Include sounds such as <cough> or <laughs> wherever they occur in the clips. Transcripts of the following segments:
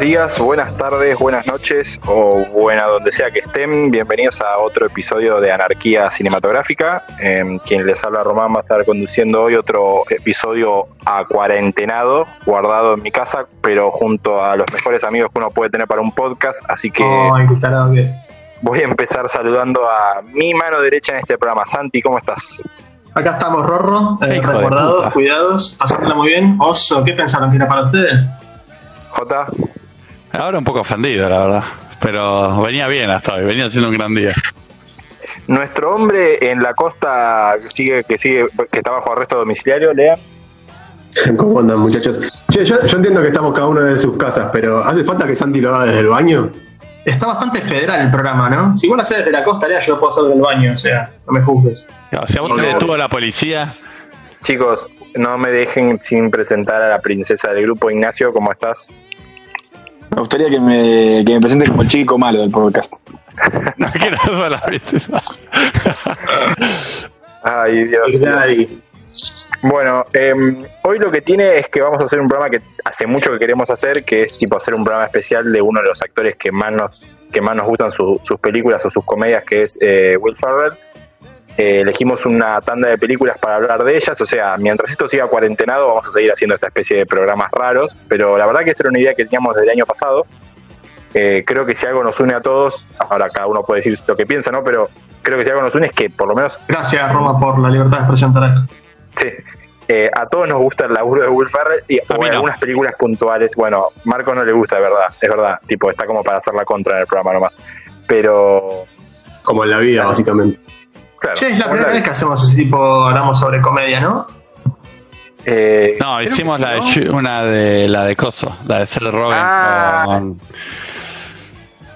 días, buenas tardes, buenas noches o buena donde sea que estén. Bienvenidos a otro episodio de Anarquía Cinematográfica. Eh, quien les habla Román va a estar conduciendo hoy otro episodio a cuarentenado, guardado en mi casa, pero junto a los mejores amigos que uno puede tener para un podcast. Así que Ay, qué tarado que- voy a empezar saludando a mi mano derecha en este programa. Santi, ¿cómo estás? Acá estamos, Rorro, eh, Hijo de resguardados, puta. cuidados, pasándola muy bien. Oso, ¿qué pensaron que era para ustedes? Jota, Ahora un poco ofendido, la verdad. Pero venía bien hasta hoy, venía siendo un gran día. nuestro hombre en la costa sigue que sigue que está bajo arresto domiciliario, Lea. <laughs> ¿Cómo andan, muchachos? Che, yo, yo entiendo que estamos cada uno de sus casas, pero ¿hace falta que Santi lo haga desde el baño? Está bastante federal el programa, ¿no? Si vos lo haces desde la costa, Lea, yo lo puedo hacer del baño, o sea, no me juzgues. O sea, vos No, te no. detuvo la policía. <laughs> Chicos, no me dejen sin presentar a la princesa del grupo. Ignacio, ¿cómo estás? Me gustaría que me, que me presente como el chico malo del podcast. No quiero dar la princesa. Ay, Dios. Daddy. Bueno, em, hoy lo que tiene es que vamos a hacer un programa que hace mucho que queremos hacer, que es tipo hacer un programa especial de uno de los actores que más nos, que más nos gustan su- sus películas o sus comedias, que es eh, Will Ferrell. Eh, elegimos una tanda de películas para hablar de ellas, o sea, mientras esto siga cuarentenado vamos a seguir haciendo esta especie de programas raros, pero la verdad que esta era una idea que teníamos desde el año pasado. Eh, creo que si algo nos une a todos, ahora cada uno puede decir lo que piensa, ¿no? Pero creo que si algo nos une es que por lo menos Gracias, Roma, por la libertad de expresión tal. Sí. Eh, a todos nos gusta el laburo de Will Ferrell y o mí en no. algunas películas puntuales. Bueno, Marco no le gusta, es verdad, es verdad. Tipo, está como para hacer la contra en el programa nomás. Pero, Como en la vida, básicamente. claro. Che, es la como primera la- vez que hacemos ese tipo, hablamos sobre comedia, ¿no? eh, No, creo hicimos que la de, no. Sh- una de la de Coso, la de Seth Rogen Ah. con,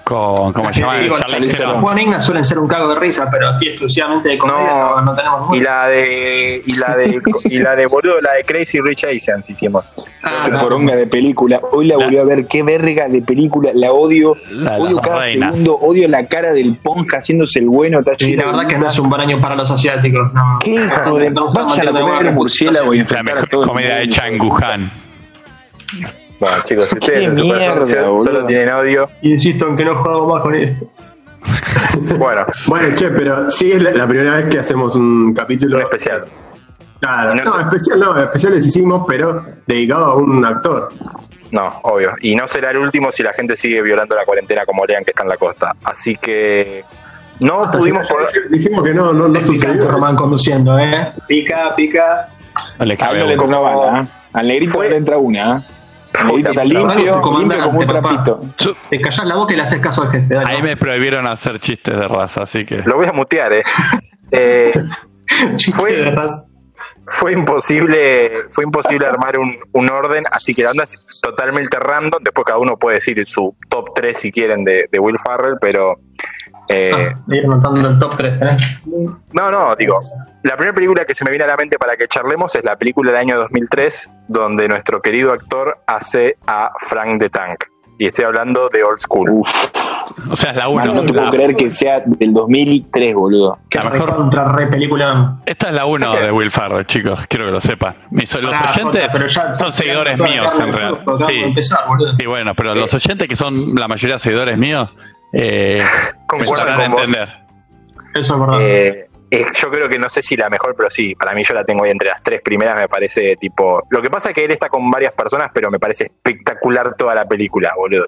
con. ¿Cómo se llama? Este, Digo, los Charlize Theron. Juan Igna suelen ser un cago de risa, pero así exclusivamente de comedia No. no, no tenemos Y mucho. la de. Y la de. y la de boludo, la de Crazy Rich Asians hicimos. Ah, Qué no. poronga de película. Hoy la volví a ver. Qué verga de película. La odio. La de odio las cada reinas. segundo. Odio la cara del ponja haciéndose el bueno. Está Sí, lleno la de verdad que no una- es un buen año para los asiáticos, no. Qué hijo de No, Vayan a no, no, comer no, un murciélago y La enfrentar a mejor todo el comedia de mundo. Changuhan. Bueno, chicos, si Qué ustedes en su corazón mierda, solo- solo boludo. tienen audio. Insisto en que no juego más con esto. Bueno, Bueno, che, pero sí es la, la primera vez que hacemos un capítulo. un especial. Claro, No. no, especial no, especiales hicimos, pero dedicado a un actor. No, obvio. Y no será el último si la gente sigue violando la cuarentena como lean que está en la costa. Así que. No Ah, Hasta pudimos. que- por- Dijimos que no, no, no Es picante sucedió. Román conduciendo, ¿eh? Pica, pica. No le cabe Hablo con una. una bala. ¿eh? Al negrito Fue- no le entra una. ¿eh? El negrito está La verdad que te limpio, comandaste, limpio como un papá. trapito. Yo- Te callás la boca y le haces caso al jefe. dale. <laughs> Ahí me prohibieron hacer chistes de raza, así que. Lo voy a mutear, <laughs> ¿eh? Eh, Chiste eh, fue- de ras- fue imposible fue imposible armar un, un orden, así que la onda es totalmente random. Después cada uno puede decir su top 3 si quieren de, de Will Farrell, pero... eh, Ah, ir montando el top 3, ¿eh? no, no, digo, la primera película que se me viene a la mente para que charlemos es la película del año 2003, donde nuestro querido actor hace a Frank the Tank. Y estoy hablando de Old School. O sea, es la uno. Mano, Ah, no te puedo La- creer que sea del 2003, boludo. Que La mejor- contra re película. Esta es la 1 Ok. de Will Ferrell, chicos, quiero que lo sepan. Mis, los Pará, oyentes Jota, pero ya- son seguidores Toda míos, la en tarde, realidad. acabamos de Sí, empezar, boludo. y bueno, pero los oyentes que son la mayoría seguidores míos, eh, me <laughs> Concuerdo con sabrán vos. entender. Eso es verdad. Eh, eh, yo creo que no sé si la mejor, pero sí, para mí yo la tengo ahí entre las tres primeras, me parece tipo... Lo que pasa es que él está con varias personas, pero me parece espectacular toda la película, boludo.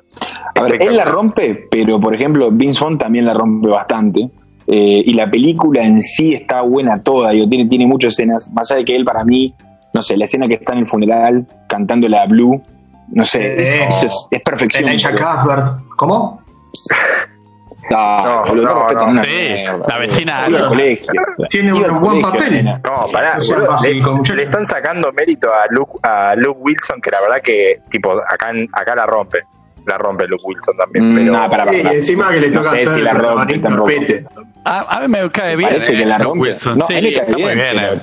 A ver, él la rompe, pero por ejemplo, Vince Vaughn también la rompe bastante. Eh, y la película en sí está buena toda, digo, tiene, tiene muchas escenas. Más allá de que él, para mí, no sé, la escena que está en el funeral cantando la Blue, no sé, Sí. eso, eso es, es perfección. Elijah boludo. Cuthbert. ¿Cómo? No, No, boludo, no no, respetan no. una Sí, mierda, la vecina- boludo. Iba al colegio. Tiene Iba un al buen colegio, papel. nena. No, pará, O sea, boludo, fácil, con le, mucho- le están sacando mérito a Luke, a Luke Wilson, que la verdad que, tipo, acá, en- acá la rompe. La rompe Luke Wilson también. Mm, Pero, nah, pará, pará, Sí, y pará. encima que le No toca sé hacer si la el rompe protagonista, tampoco. Pete. A, a mí me cae bien. Parece que eh, la Luke rompe. Wilson, No, sí, él le cae está muy bien, bien. pero- eh.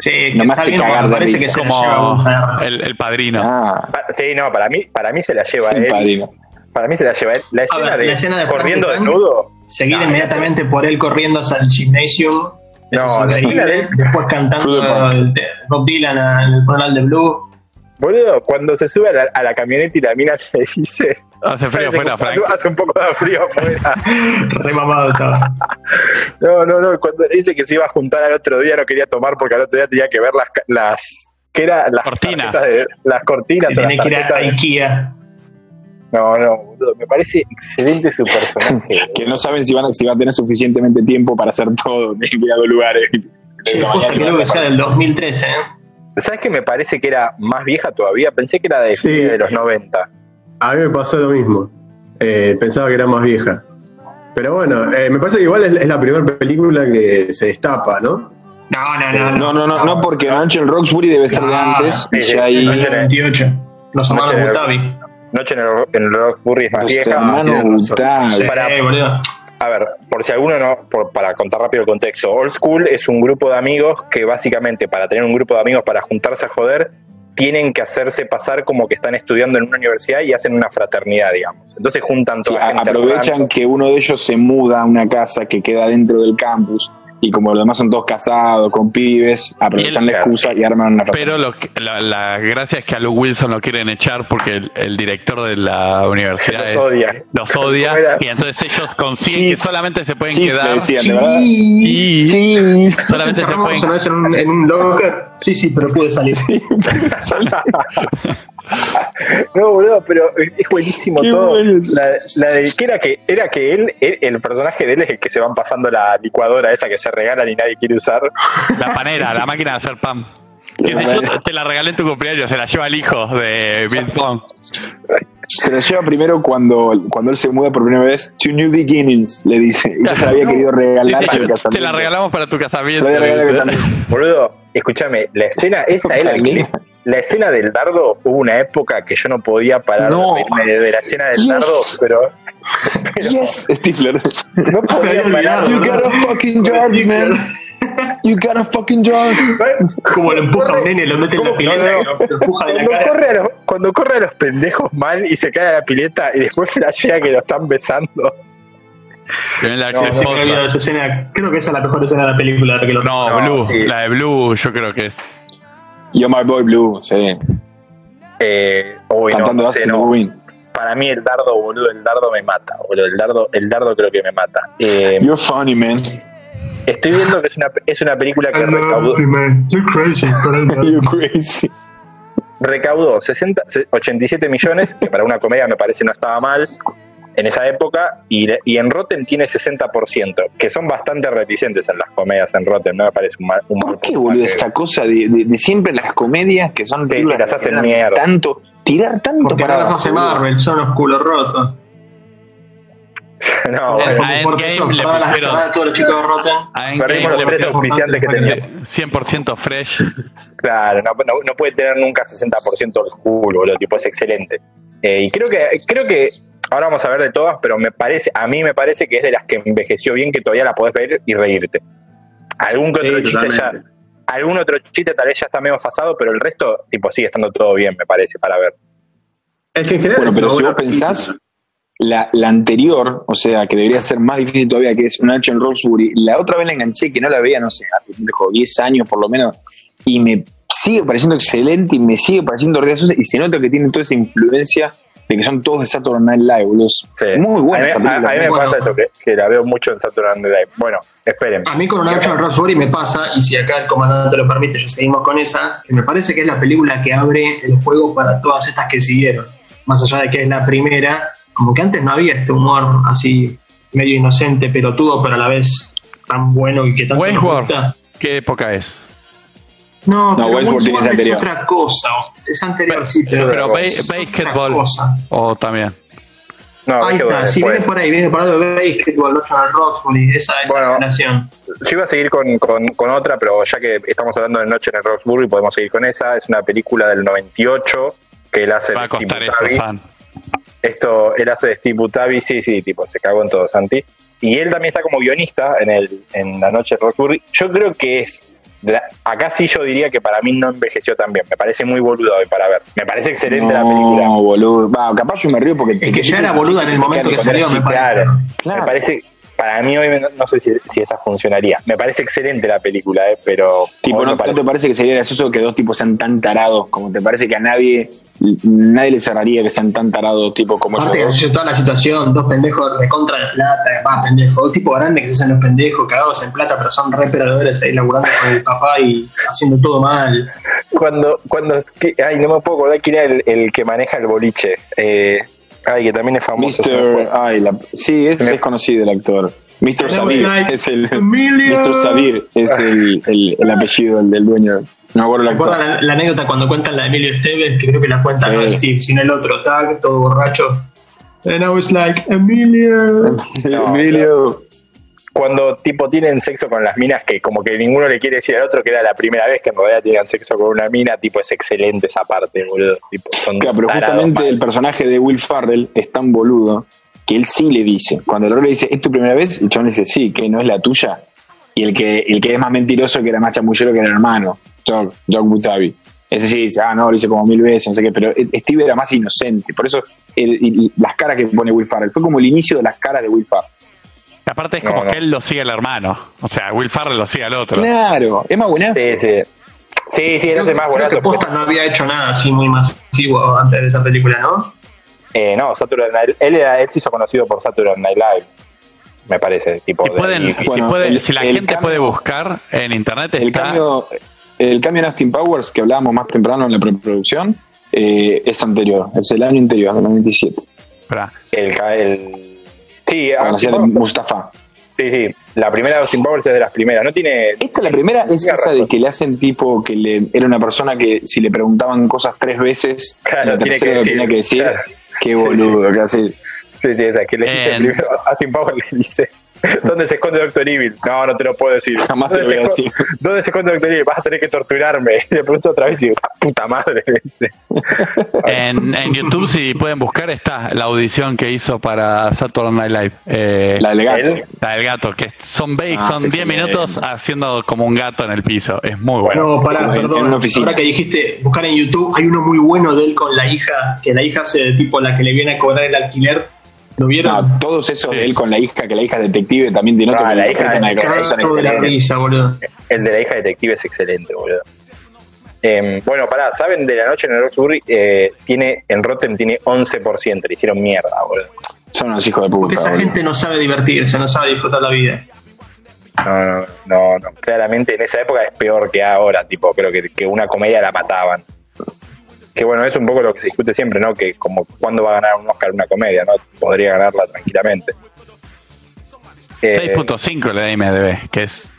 Sí, No me está hace bien, cagar me de parece risa. que se la lleva un Como Ferrell. el, el padrino. Ah, pa- sí, no, para mí, para mí se la lleva el él. padrino. Para mí se la lleva él. La escena, ver, de, la escena de Frank corriendo Tank. desnudo. Seguir No, inmediatamente por él corriendo hacia el gimnasio. Eso No, es la increíble. ¿eh? escena Después cantando Fluid el te- Bob Dylan a- en el funeral de Blue. Boludo, cuando se sube a la, a la camioneta y la mina le dice, Hace frío Parece que fuera, Frank. Hace un poco de frío afuera. Re mamado estaba. No, no, no. Cuando dice que se iba a juntar al otro día, no quería tomar porque al otro día tenía que ver las. ca- las ¿Qué era? Las Cortinas. tarjetas de- las cortinas. Se o las tiene que ir a, tarjetas de- Ikea. No, no, boludo. Me parece excelente su personaje. Que no saben si, van a, si va a tener suficientemente tiempo para hacer todo, <laughs> tienen que ir a dos lugares. <laughs> Justo creo que sea del 2013, ¿eh? ¿Sabes que me parece que era más vieja todavía? Pensé que era de, Sí. de los 90. A mí me pasó lo mismo. Eh, pensaba que era más vieja. Pero bueno, eh, me parece que igual es, es la primera película que se destapa, ¿no? No, no, no. No, no, no, no, porque Rancho en Roxbury debe ser de Ah, antes. sí, sí. y ahí No, no, no. 98. Los hermanos No, no, no. Gutavi. Noche en el, en el Roxbury es más los vieja. hermanos tiene razón. Gustavo. Sí, Para- boludo. A ver, por si alguno no, por- para contar rápido el contexto, Old School es un grupo de amigos que básicamente para tener un grupo de amigos para juntarse a joder, tienen que hacerse pasar como que están estudiando en una universidad y hacen una fraternidad, digamos. Entonces juntan Sí, toda a- gente aprovechan random. que uno de ellos se muda a una casa que queda dentro del campus y como los demás son todos casados, con pibes, aprovechan Y él- la excusa y arman una Pero lo que- la, la gracia es que a Luke Wilson lo quieren echar porque el, el director de la universidad Los es- odia. los odia, Era- y entonces ellos consiguen Sí, que solamente se pueden Sí, le quedar decían, de verdad. y Sí. solamente se Encerramos una pueden vez en un, en un locker. Sí, sí, pero pude salir. No, boludo, pero es buenísimo Qué todo. bueno. La, la de- que era que, era que él, él- el personaje de él es el que se van pasando la licuadora esa que se regalan y nadie quiere usar. la panera, la máquina de hacer pan. Que si yo te la regalé en tu cumpleaños, se la lleva el hijo de Bill Pong. Se lo lleva primero cuando, cuando él se muda por primera vez. To New Beginnings, le dice. Yo se la había querido regalar para el casamiento. Te la regalamos para tu Se casamiento. la había regalado para el casamiento. Boludo, escúchame, la <laughs> escena esa era Para mí. que- la escena del dardo hubo una época que yo no podía parar No. de reírme de la escena del Yes. dardo, pero <laughs> Yes, Stifler. no podía había parar. olvidado. You got a fucking job, man. You got a fucking job. Como lo empuja un nene, lo mete en la ¿Cómo? pileta, No, y no. lo, lo empuja de la Cuando cara. corre, a los, cuando corre a los pendejos mal y se cae a la pileta y después flashea que lo están besando. Tenés No, la que no, es Siempre he otra. habido esa escena. Creo que esa es la mejor escena de la película. ahora Que lo No, No, Blue, sí. la de Blue, yo creo que es. Yo, my boy Blue, sí. Eh, uy, no, Cantando no sé, Dustin no. Rubin. Para mí el dardo, boludo, el dardo me mata, boludo, el dardo, el dardo creo que me mata. Eh, You're funny, man. estoy viendo que es una, es una película Ah, que recaudó, You're <laughs> crazy. You're crazy. recaudó 60, se- 87 millones, que para una comedia me parece no estaba mal en esa época, y, le- y en Rotten tiene 60%, que son bastante reticentes en las comedias en Rotten, no me parece un mal... Un ¿Por mal qué, boludo, esta cosa de, de- de siempre las comedias que son Sí, películas que las hacen tiran mierda. Tanto, tirar tanto Porque ahora las hace boludo. Marvel, son los culos rotos. <laughs> No, Bueno, bueno, a Endgame le todas las pusieron- todas- todos los chicos rotos. Ah, en perdimos que los tres le auspiciantes que teníamos. pusieron 100% fresh. Claro, no, no- no puede tener nunca 60% del culo, boludo, tipo, es excelente. Eh, y creo que, creo que, ahora vamos a ver de todas, pero me parece, a mí me parece que es de las que envejeció bien, que todavía la podés ver y reírte. Algún que otro Sí, chiste ya, totalmente. algún otro chiste tal vez ya está medio fasado, pero el resto, tipo, sigue estando todo bien, me parece, para ver. Es que en general. Bueno, es pero una si vos buena película. pensás, la, la anterior, o sea, que debería ser más difícil todavía, que es un Nacho en Roxbury, la otra vez la enganché, que no la veía, no sé, hace pendejo, 10 años por lo menos, y me sigue pareciendo excelente y me sigue pareciendo re graciosa, y se nota que tiene toda esa influencia de que son todos de Saturday Night Live, boludo. Es Sí. Muy buena a mí, esa a- película. a mí me muy pasa buena. eso, que, que la veo mucho en Saturday Night Live. Bueno, esperen. A mí con un Action Rosebury me pasa, y si acá el comandante lo permite, yo seguimos con esa, que me parece que es la película que abre el juego para todas estas que siguieron. Más allá de que es la primera, como que antes no había este humor así medio inocente, pelotudo, pero a la vez tan bueno y que tanto nos Westworld, gusta. ¿qué época es? No, No, pero Westworld tiene Westworld esa es anterior. otra cosa. Es anterior, sí, pero, Pero ba- es otra Basketball. cosa. O también. No, Ahí dije, está, Ah, bueno, pues. si después. viene por ahí, viene por algo de Basketball, Nacho Rosebury, esa es Bueno. la relación. Yo iba a seguir con, con, con otra, pero ya que estamos hablando de Noche en el Roxbury, podemos seguir con esa. Es una película del 98 que él hace Va a de Steve costar esto, Buscemi. San. Esto, él hace de Steve Buscemi, sí, sí, tipo, se cagó en todo, Santi. Y él también está como guionista en, el, en La Noche en Roxbury. Yo creo que es... de la- acá sí yo diría que para mí no envejeció tan bien. Me parece muy boludo hoy para ver. Me parece excelente la película. No, boludo. Va, capaz yo me río porque. Es que ya era boluda en el momento que Claro, salió, me parece. Claro. Claro. Me parece para mí hoy no, no sé si, si esa funcionaría. Me parece excelente la película, eh, pero... Tipo, hoy no, me parece- ¿no te parece que sería gracioso que dos tipos sean tan tarados? Como te parece que a nadie, nadie le cerraría que sean tan tarados, tipo como Aparte, ellos. dos? yo toda la situación, dos pendejos de contra de plata, va, pendejo, dos tipos grandes que se hacen los pendejos, cagados en plata, pero son re operadores ahí laburando con el papá y haciendo todo mal. Cuando, cuando, que- ay, no me puedo acordar quién era el, el que maneja el boliche. Eh, ay, que también es famoso. se me Mr. fue. Ay, la- sí, es, es conocido el actor. Mr. Sabir like es el a million. Mr. Sabir es el, el- el apellido del, del dueño. No me acuerdo el ¿Se actor. acuerdan la, la anécdota cuando cuentan la de Emilio Esteves? Que creo que la cuenta Sí. no Steve, sino el otro, tag, todo borracho. And I was like, Emilio. No, Emilio. Cuando tipo tienen sexo con las minas que como que ninguno le quiere decir al otro que era la primera vez que en realidad tenían sexo con una mina, tipo es excelente esa parte, boludo. Tipo, son Claro, pero tarados, justamente mal. el personaje de Will Farrell es tan boludo que él sí le dice. Cuando el otro le dice, ¿es tu primera vez? Y John le dice, sí, que no es la tuya. Y el que, el que es más mentiroso que era más chamullero que el hermano, Doc, Doc Butabi. Ese sí dice, ah, no, lo hice como mil veces, no sé qué, pero eh, Steve era más inocente. Por eso el- y- y las caras que pone Will Farrell. Fue como el inicio de las caras de Will Farrell. Y Aparte es No, como no. que él lo sigue al hermano. O sea, Will Farrell lo sigue al otro. Claro, es más buena. Sí, sí. Sí, sí, era ese más Creo boludo. que Posta no había hecho nada así muy masivo antes de esa película, ¿no? Eh, no, Saturday Night- él, era, él se hizo conocido por Saturday Night Live, me parece. Tipo, Si de- pueden, y- si, Bueno, pueden- el- si la el gente cambio- puede buscar en internet El está cambio, el cambio en Austin Powers que hablábamos más temprano en la preproducción eh, es anterior, es el año anterior, el 97. Pará. el, ca- el- sí, cuando Austin hacía de Powers- Mustafa. sí, sí, la primera de Austin Powers es de las primeras, no tiene... Esta la primera es Tenía esa de razón. que le hacen tipo que le, era una persona que si le preguntaban cosas tres veces, Claro, la tiene que tercera lo decir, tenía que decir. claro. Qué boludo, que hace. Sí, sí, esa, que le dice Eh, primero, Austin Powers le dice, ¿dónde se esconde Doctor Evil? No, no te lo puedo decir. <laughs> Jamás te "¿Dónde se lo voy a esco- decir". ¿Dónde se esconde Doctor Evil? Vas a tener que torturarme. <laughs> Le pregunto otra vez y "Ah, puta madre, le dice. En, en YouTube, si pueden buscar, está la audición que hizo para Saturday Night Live. Eh, La del gato. Él- la del gato, que son ba- Ah, son sí, 10 sí, minutos bien. haciendo como un gato en el piso. Es muy bueno. No, pará, en- perdón. en una oficina. Ahora que dijiste buscar en YouTube, hay uno muy bueno de él con la hija, que la hija hace de tipo la que le viene a cobrar el alquiler. ¿Lo vieron? No, todos esos Sí. de él con la hija, que la hija es detective también tiene otro Ah, que la hija lo interpretan de- a Nicolas Cage, son Cago de la excelentes. risa, boludo. El de la hija detective es excelente, boludo. Em, bueno, pará, ¿saben? De la noche en el Roxbury eh, tiene, en Rotten tiene 11%, le hicieron mierda, boludo. Son unos hijos de Porque puta. esa boludo. gente no sabe divertirse, no sabe disfrutar la vida. No, no, no, no. claramente en esa época es peor que ahora, tipo, creo que, que una comedia la mataban. Que bueno, es un poco lo que se discute siempre, ¿no? Que como cuándo va a ganar un Oscar una comedia, ¿no? Podría ganarla tranquilamente. Eh, 6.5 le da IMDB, que es,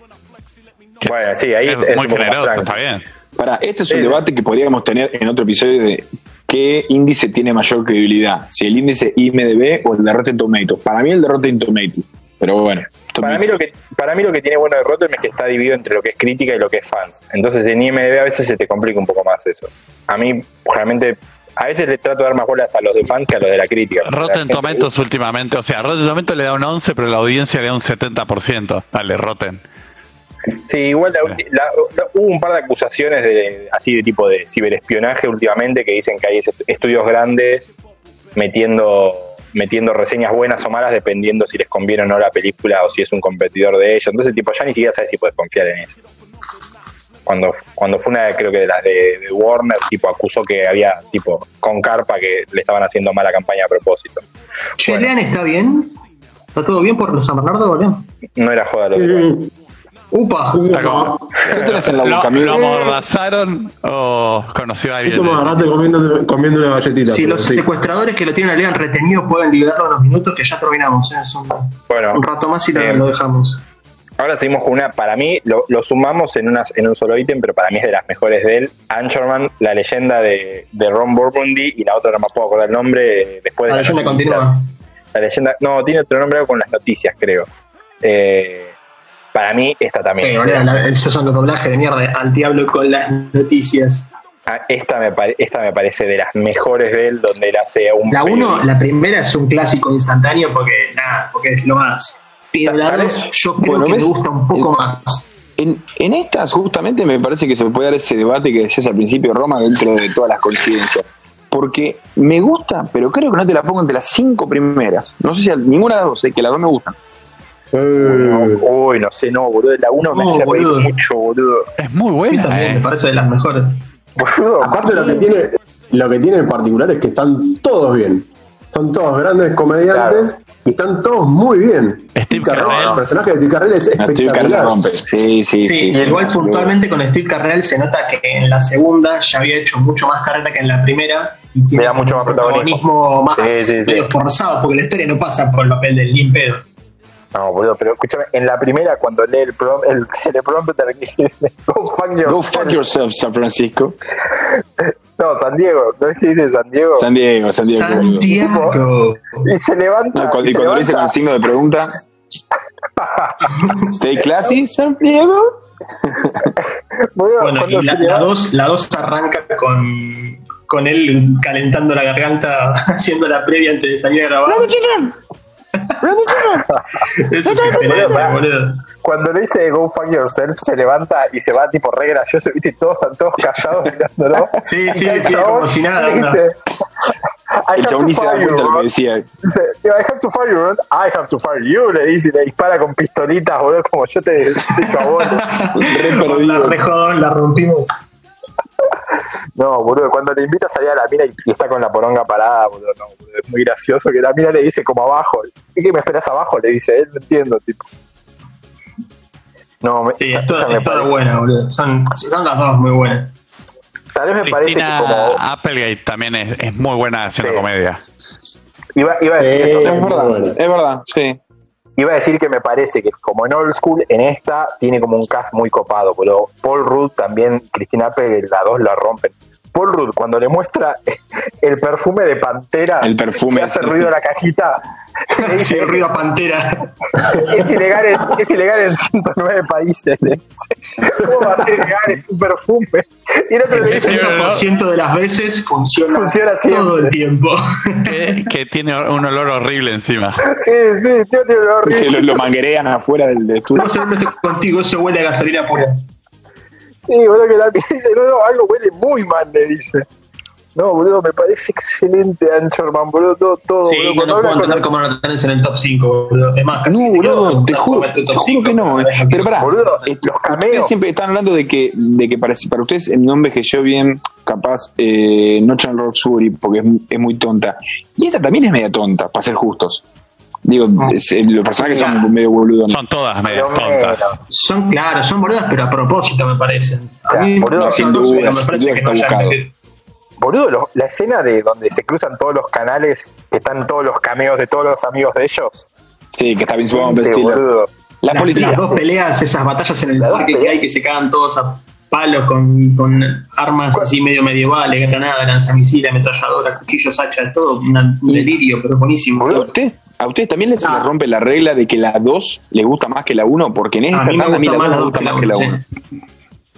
que Eh, Bueno, sí, ahí es es muy un poco más generoso, franco. está bien. Pará, este es Sí, un sí. debate que podríamos tener en otro episodio de qué índice tiene mayor credibilidad, si el índice IMDB o el de Rotten Tomatoes. Para mí el de Rotten Tomatoes, pero bueno. Para mí, lo <laughs> que, para mí lo que tiene bueno de Rotten es que está dividido entre lo que es crítica y lo que es fans. Entonces en IMDB a veces se te complica un poco más eso. A mí, realmente, a veces le trato de dar más bolas a los de fans que a los de la crítica. La Rotten gente- Tomatoes últimamente, o sea, Rotten Tomatoes le da un 11, pero la audiencia le da un 70%. Dale, Rotten. Sí, igual la ulti- la- la- hubo un par de acusaciones de así de tipo de ciberespionaje últimamente que dicen que hay est- estudios grandes metiendo metiendo reseñas buenas o malas dependiendo si les conviene o no la película o si es un competidor de ellos. Entonces, tipo, ya ni siquiera sabes si puedes confiar en eso. Cuando, cuando fue una, de- creo que de las de, de Warner, tipo, acusó que había, tipo, con carpa que le estaban haciendo mala campaña a propósito. Che, Bueno. Lean está bien. ¿Está todo bien por San Bernardo, boludo? No era joda lo que Upa. Está como- ¿Qué tenés en la boca, ¿Lo, amigo? lo amordazaron o conoció a alguien? Esto más barato comiendo, comiendo una galletita. Si pero los sí. secuestradores que lo tienen a Lean retenido pueden liberarlo en los minutos que ya terminamos. ¿eh? Son Bueno. un rato más y lo, Bien. lo dejamos. Ahora seguimos con una, para mí, lo, lo sumamos en, una, en un solo ítem, pero para mí es de las mejores de él. Anchorman, la leyenda de, de Ron Burgundy, y la otra no me puedo acordar el nombre. eh, Después de La leyenda noticia. continúa. La leyenda, no, tiene otro nombre algo con las noticias, creo. Eh, para mí, esta Sí, también. boludo, la- esos son los doblajes de mierda. Al diablo con las noticias. Ah, esta, me pare- esta me parece de las mejores de él, donde él hace un. La uno, periodista. la primera es un clásico instantáneo porque, nada, porque es lo más. Pero la Tal- dos, yo creo Bueno, que ¿ves? me gusta un poco Eh, más. En, en estas, justamente, me parece que se puede dar ese debate que decías al principio, Roma, dentro de todas las coincidencias. Porque me gusta, pero creo que no te la pongo entre las cinco primeras. No sé si a- ninguna de las dos, eh, que las dos me gustan. Eh, Uy, no sé, no, boludo. La 1 me No, hacía reír boludo. mucho, boludo. Es muy A mí buena. también me eh. parece de las mejores. Boludo, Aparte lo que tiene, lo que tiene en particular es que están todos bien. Son todos grandes comediantes y están todos muy bien. Steve Carell, Carell. el personaje de Steve Carell es No, Steve Carell la espectacular. rompe. Sí, sí, sí. Sí, sí, y igual no, boludo. puntualmente con Steve Carrell se nota que en la segunda ya había hecho mucho más carrera que en la primera y tiene Le da mucho más protagonismo más Sí, sí, sí. medio forzado porque la historia no pasa por el papel del limpero. No, boludo, pero escúchame, en la primera cuando lee el prom, el <laughs> teleprompter <laughs> Go fuck yourself. Go fuck yourself, San Francisco. No, San Diego, ¿no es que dice San Diego? San Diego, San Diego. boludo. Santiago. Y se levanta. No, cuando- y y se cuando lo dice levanta. con signo de pregunta. Stay classy, San Diego. Boludo, Bueno, cuando y la, se levanta- la dos, la dos arranca con, con él calentando la garganta, <laughs> haciendo la previa antes de salir a grabar. <laughs> Eso es excelente, pará. boludo. Cuando le dice Go fuck yourself, se levanta y se va tipo re gracioso, viste, y todos están todos callados mirándolo. <laughs> Sí, sí, Y el sí, chabón como si nada, le no. dice, I El have chabón to ni se da fire cuenta de you, lo que bro. decía. Dice, I have to fire you, bro. I have to fire you, le dice, y le dispara con pistolitas, boludo, como yo te digo a vos. <laughs> Re La perdido. rejodón, la rompimos. No, boludo, cuando le invita a salir a la mina y, y está con la poronga parada, boludo, no, boludo, es muy gracioso que la mina le dice como abajo, ¿y qué me esperas abajo? Le dice, él no entiendo, tipo. No, me, Sí, es ya toda, me es toda parece- buena, boludo. Son, son las dos muy buenas. Tal vez me parece que Cristina como Applegate también es, es muy buena haciendo Sí. comedia. iba, iba a decir Eh, eso, Es que- verdad, es verdad, sí. iba a decir que me parece que como en Old School, en esta tiene como un cast muy copado, pero Paul Rudd también, Cristina Applegate, la dos la rompen. Paul Rudd, cuando le muestra <laughs> el perfume de Pantera, El perfume, que hace sí. ruido a la <laughs> cajita, le dice, Sí, ruido a pantera. es, ilegal en, es ilegal en 109 países. le dice. ¿Cómo va a ser ilegal? Es un perfume. Y el otro <laughs> El le dice, 60% de las veces funciona, Funciona siempre. todo el tiempo. <laughs> Que, Eh, que tiene un olor horrible encima. sí, sí, tío, tío, lo Que lo, horrible. lo manguerean afuera del, del estudio. Eh, No sé, no estoy contigo, eso huele a gasolina pura. Sí, boludo, que la <laughs> dice, no, no, algo huele muy mal, le dice. No, boludo, me parece excelente Anchorman, boludo, todo, todo. Sí, boludo, no, cuando no habla puedo con entender cómo no lo tenés en el top 5, boludo. Es más, No, casi boludo, creo te no juro, meto el te top juro que 5, no. eh. Pero pará, Boludo, eh, los cameos. ustedes siempre están hablando de que, de que para, para ustedes el nombre que yo bien capaz eh, no Chan Rock Suri porque es, es muy tonta. Y esta también es media tonta, para ser justos. Digo, es- eh, los personajes son medio boludones. Son todas medias Pero tontas. menos. Son, claro, son boludas, pero a propósito me parecen. A Ya, mí, boludo, no, sin no, duda, no me sin parece duda que está no hayan buscado. metido- Boludo, lo- la escena de donde se cruzan todos los canales, que están todos los cameos de todos los amigos de ellos. Sí, que está bien supongo, Gente, Stiller. boludo. La Las, <laughs> política. las dos peleas, esas batallas en el Las dos parque que peleas. hay que se cagan todos a palos con, con armas así medio medievales, granadas, lanzamisiles, ametralladoras, cuchillos, hachas, todo un delirio, pero buenísimo. ¿A ustedes, a ustedes también les, Ah. les rompe la regla de que la 2 les gusta más que la 1? Porque en esta A mí me tanda a mí gusta más la la dos 2 me gusta que la más que la 1. uno,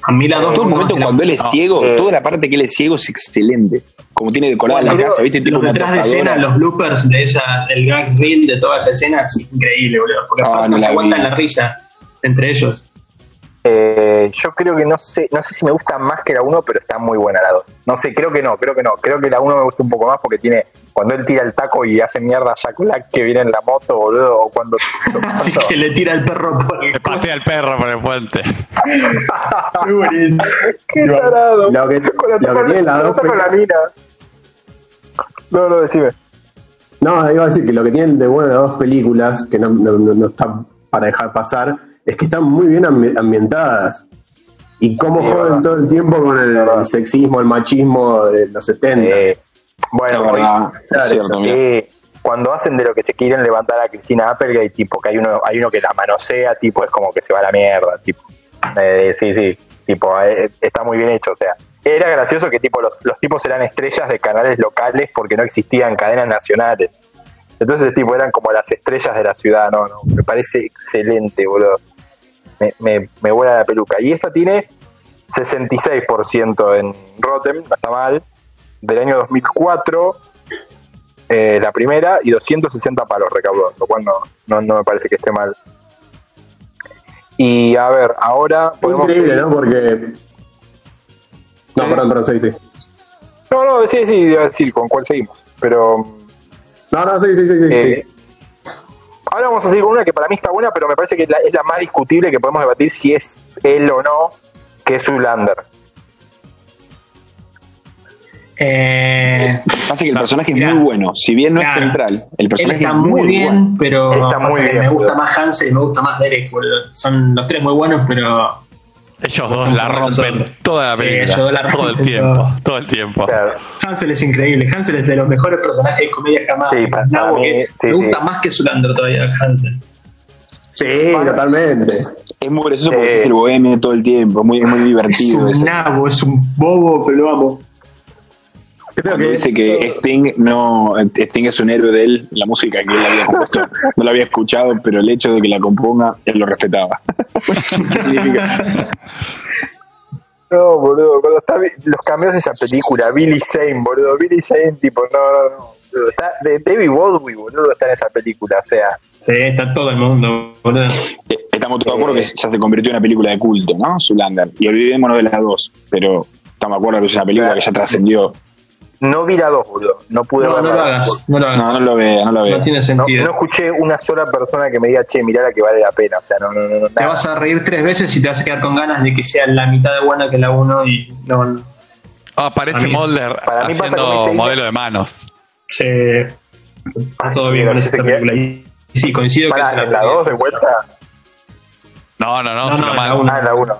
A mí las dos Todo el me momento gustan más cuando que él la- es ciego, Eh. toda la parte que él es ciego es excelente. Como tiene decorada Bueno, la boludo, casa, ¿viste? Tiene Los una detrás de tostadora. escena, los bloopers de esa, del gag reel de toda esa escena es increíble, boludo. Porque Ah, aparte no no se la vi. aguantan la risa entre ellos. Eh, yo creo que no sé, no sé si me gusta más que la 1, pero está muy buena la 2. No sé, creo que no, creo que no. Creo que la 1 me gusta un poco más porque tiene cuando él tira el taco y hace mierda a Jack Black que viene en la moto, boludo, o cuando Así que le tira el perro por el Le patea al perro por el puente. Muy buenísimo. Qué tarado. Lo que- Con la lo que tapa- tiene la con dos tapa de la mina. No, no, decime. No, iba a decir que lo que tienen de bueno las dos películas, que no, no- no- no está para dejar pasar, es que están muy bien ambi- ambientadas. Y cómo Sí, joden verdad. todo el tiempo con el, el sexismo, el machismo de los 70. Eh, Es bueno, verdad, es claro, cierto, mira. Eh, cuando hacen de lo que se quieren levantar a Cristina Applegate, tipo que hay uno, hay uno que la manosea, tipo es como que se va a la mierda, tipo. Eh, sí, sí, tipo eh, está muy bien hecho, o sea. Era gracioso que tipo los, los tipos eran estrellas de canales locales porque no existían cadenas nacionales. Entonces tipo eran como las estrellas de la ciudad, no, no, me parece excelente, boludo. Me, me, me vuela la peluca. Y esta tiene 66% en Rotten, no está mal, del año 2004 eh, la primera y 260 palos recaudó, lo cual no, no, no me parece que esté mal. Y a ver, ahora Fue podemos- increíble, ¿no? Porque. No, Sí. perdón, perdón, sí, sí. No, no, sí, sí, iba a decir con cuál seguimos, pero No, no, sí, sí, sí. sí, eh, Ahora vamos a seguir con una que para mí está buena, pero me parece que es la, es la más discutible que podemos debatir si es él o no, que es Zoolander. Eh, Pasa que el Claro, personaje mirá. es muy bueno. Si bien no Claro. es central, el él personaje está es muy bien, bueno. pero Está pasa muy que bien, me gusta boludo. más Hansel y me gusta más Derek. boludo. Son los tres muy buenos, pero Ellos dos la rompen toda la Sí, película. ellos dos la todo el rompen tiempo, todo. todo el tiempo. O sea, Hansel es increíble. Hansel es de los mejores personajes de comedia jamás. Sí, para Nabo mí, que sí, me gusta sí. más que Zulander todavía, Hansel. Sí, totalmente. Es muy gracioso porque Sí. es el bohemio todo el tiempo. Es muy, es muy Es divertido. un eso. nabo, es un bobo, pero lo amo. Creo ¿eh? Cuando que dice que Sting no Sting es un héroe de él, la música que él había compuesto <laughs> no la había escuchado, pero el hecho de que la componga él lo respetaba. <laughs> ¿Qué significa? No, boludo, cuando está vi- los cambios de esa película, Billy Zane, boludo, Billy Zane, tipo, no, no, no. boludo, Está, de, David Baldwin, boludo, está en esa película, o sea, Sí, está todo el mundo, boludo. Eh, Estamos todos de acuerdo que ya se convirtió en una película de culto, ¿no? Zulander. Y olvidémonos de las dos, pero estamos de acuerdo que es una película que ya trascendió. no vi la dos, boludo, no pude No, ver no la lo dos, hagas, no lo hagas. No, No, no lo vea, no lo vea. tiene No, sentido. no escuché una sola persona que me diga, che, mirá la que vale la pena, o sea, no, no, no, no, te nada. vas a reír tres veces y te vas a quedar con ganas de que sea la mitad de buena que la uno y no. Ah, aparece Para mí- Mulder para mí pasa este como haciendo dice- modelo de manos. Se... Está todo bien mira, con esa se queda- película. Y sí, coincido que Pará, es una en la película. dos de vuelta, No, no, no, No, se no, lo en la manda. una. ah, en la uno.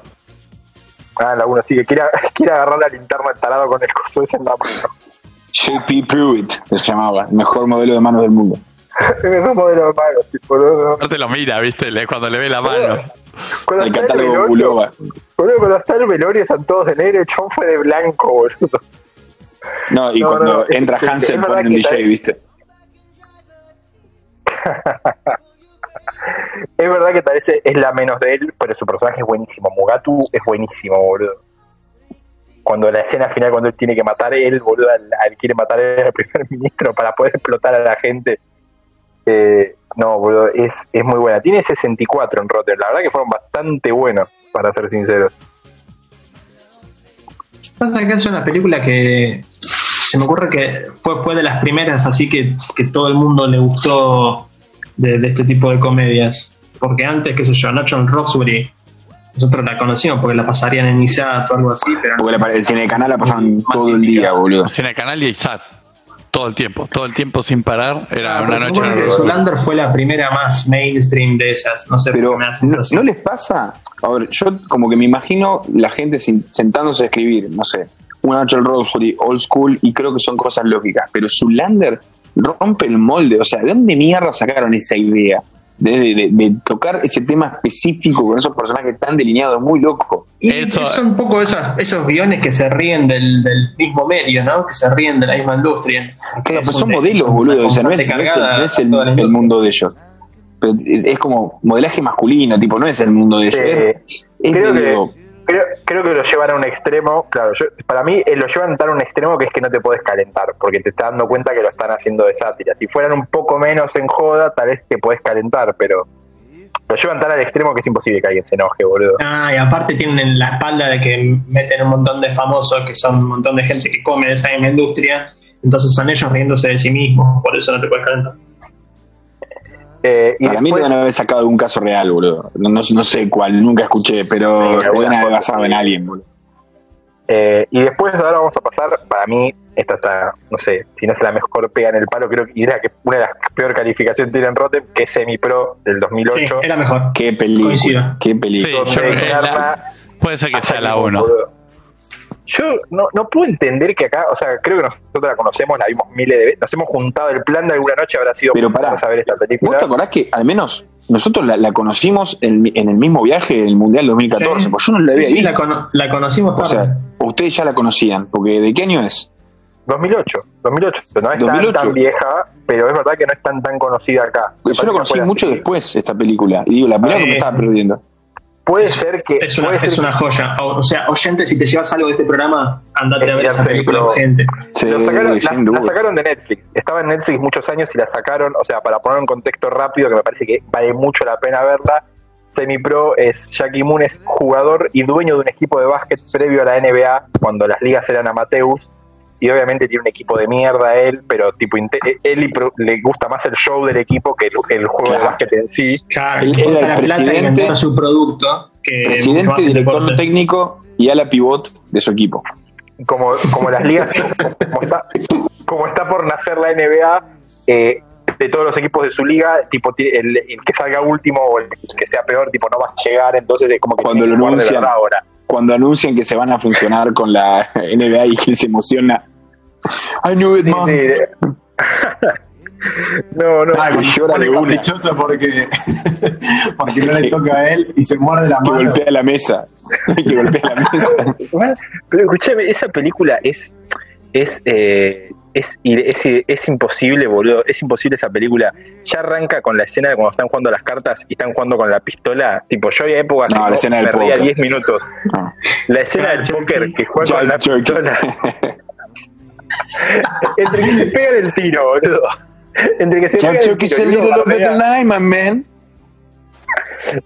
Ah, en la uno, sí, que <laughs> quiere, quiere agarrar la linterna talado con el coso ese en la mano. <laughs> JP Pruitt se llamaba, el mejor modelo de manos del mundo. Es un modelo de manos, tipo, no, no, no. Aparte lo mira, viste, Le- cuando le ve la mano. Cuando El está catálogo velorio- Bulova. Boludo, cuando está el velorio están todos de negro, el chabón fue de blanco, boludo. No, y No, cuando no, es- entra es- es Hansel verdad ponen un que DJ, está- ¿viste? Es verdad que tal vez es la menos de él, pero su personaje es buenísimo. Mugatu es buenísimo, boludo. Cuando la escena final, cuando él tiene que matar a él, boludo, al, al quiere matar al primer <laughs> ministro para poder explotar a la gente. Eh, no, boludo, es, es muy buena. Tiene 64 en Rotter, la verdad que fueron bastante buenos, para ser sinceros. Pasa que es una película que se me ocurre que fue, fue de las primeras, así que, que todo el mundo le gustó de, de este tipo de comedias. Porque antes, qué sé yo, Nacho en Roxbury, nosotros la conocíamos porque la pasarían en ISAT o algo así, pero Porque la- el cine canal la pasaban Más todo el día, indicado. boludo. En el canal y ISAT. Todo el tiempo, todo el tiempo sin parar. Era Ah, una pero se noche supone en que el Zoolander fue la primera más mainstream de esas. No sé Pero por qué me da ¿no, sensación. no les pasa? A ver, yo como que me imagino la gente sin- sentándose a escribir, no sé, una noche al Rosewood, old school, y creo que son cosas lógicas, pero Zulander rompe el molde, o sea, ¿de dónde mierda sacaron esa idea? De, de- de- de tocar ese tema específico con esos personajes tan delineados, muy loco. Y Eso- son un poco esas, esos guiones que se ríen del, del mismo medio, ¿no? Que se ríen de la misma industria. Claro, Es pues un- son es modelos, una boludo, o sea, no es, constante no es el- cargada no es a toda la el, el industria. mundo de ellos. Pero es, es como modelaje masculino, tipo, no es el mundo de ellos. es- Eh, es creo, medio- que, creo, creo que lo llevan a un extremo, claro, yo- para mí eh, lo llevan tan a un extremo que es que no te puedes calentar, porque te estás dando cuenta que lo están haciendo de sátira. Si fueran un poco menos en joda, tal vez te puedes calentar, pero lo llevan tan al extremo que es imposible que alguien se enoje, boludo. Ah, y aparte tienen la espalda de que meten un montón de famosos, que son un montón de gente que come de esa misma industria. Entonces son ellos riéndose de sí mismos, por eso no te puedes calentar. Eh, y Para mí después- deben haber sacado algún caso real, boludo. No, no, no sé cuál, nunca escuché, pero Sí, se deben bueno, haber bueno. basado en alguien, boludo. Eh, y después ahora vamos a pasar, para mí, esta está, no sé, si no es la mejor pega en el palo, creo que y era que una de las peor calificaciones tiene en Rotten, que es Semi Pro del 2008. Sí, era mejor. Qué película. Coincido. Qué Sí, película. yo creo que es la- puede ser que Hasta sea la mismo, 1. boludo. Yo no, no puedo entender que acá, o sea, creo que nosotros la conocemos, la vimos miles de veces, nos hemos juntado el plan de alguna noche, habrá sido Pero pará, para saber esta ¿Vos película. te acordás que al menos nosotros la, la conocimos en, mi- en el mismo viaje del Mundial 2014? Sí. Porque Pues yo no la Sí, había sí, visto. la, cono- la conocimos o tarde. sea, ustedes ya la conocían, porque ¿de qué año es? 2008, 2008, no es tan- 2008. Tan, vieja, pero es verdad que no es tan tan conocida acá. Me Yo la parece conocí que fue mucho así. después, esta película. Y digo, la primera que me Eh. estaba perdiendo. Puede ser que... Es una, puede es ser una joya. O, o sea, oyente, si te llevas algo de este programa, andate a ver Es esa película, Pro. gente. Sí, Lo sacaron- la- sin la, duda. sacaron de Netflix. Estaba en Netflix muchos años y la sacaron, o sea, para poner en contexto rápido, que me parece que vale mucho la pena verla. Semi-Pro es Jackie Moon, es jugador y dueño de un equipo de básquet previo a la NBA, cuando las ligas eran amateurs. y obviamente tiene un equipo de mierda él, pero tipo inte- e- él y pro- le gusta más el show del equipo que el, el juego Claro. de básquet en sí. Claro, Él que era corta el la plata y presidente- vender su producto. Que Eh, mucho más presidente, que le director corten. técnico y ala pivot de su equipo. Como, como las ligas, como está, como está por nacer la NBA, eh, de todos los equipos de su liga, tipo ti- el, el que salga último o el que sea peor, tipo no va a llegar, entonces es como que Cuando tiene lo que jugar de anuncian. verdad ahora. Cuando anuncian que se van a funcionar con la <laughs> NBA y que se emociona. I knew it, Sí, man. sí. <laughs> no, no. Ay, llora pone de una. caprichoso porque, <laughs> porque no le toca a él y se muerde la Que mano. golpea la mesa. <laughs> que golpea la mesa. Igual, pero escúchame, esa película es es, eh, es es es imposible, boludo, es imposible esa película. Ya arranca con la escena de cuando están jugando a las cartas y están jugando con la pistola, tipo yo había épocas No, que la escena del me reía póker. 10 minutos. Ah. La escena del póker que juega con la Jerk, jerk. pistola <laughs> entre que se pegan el tiro, boludo. Entre que se Jump pegan el jerk is a tiro y uno little bit bardea. alive, my man.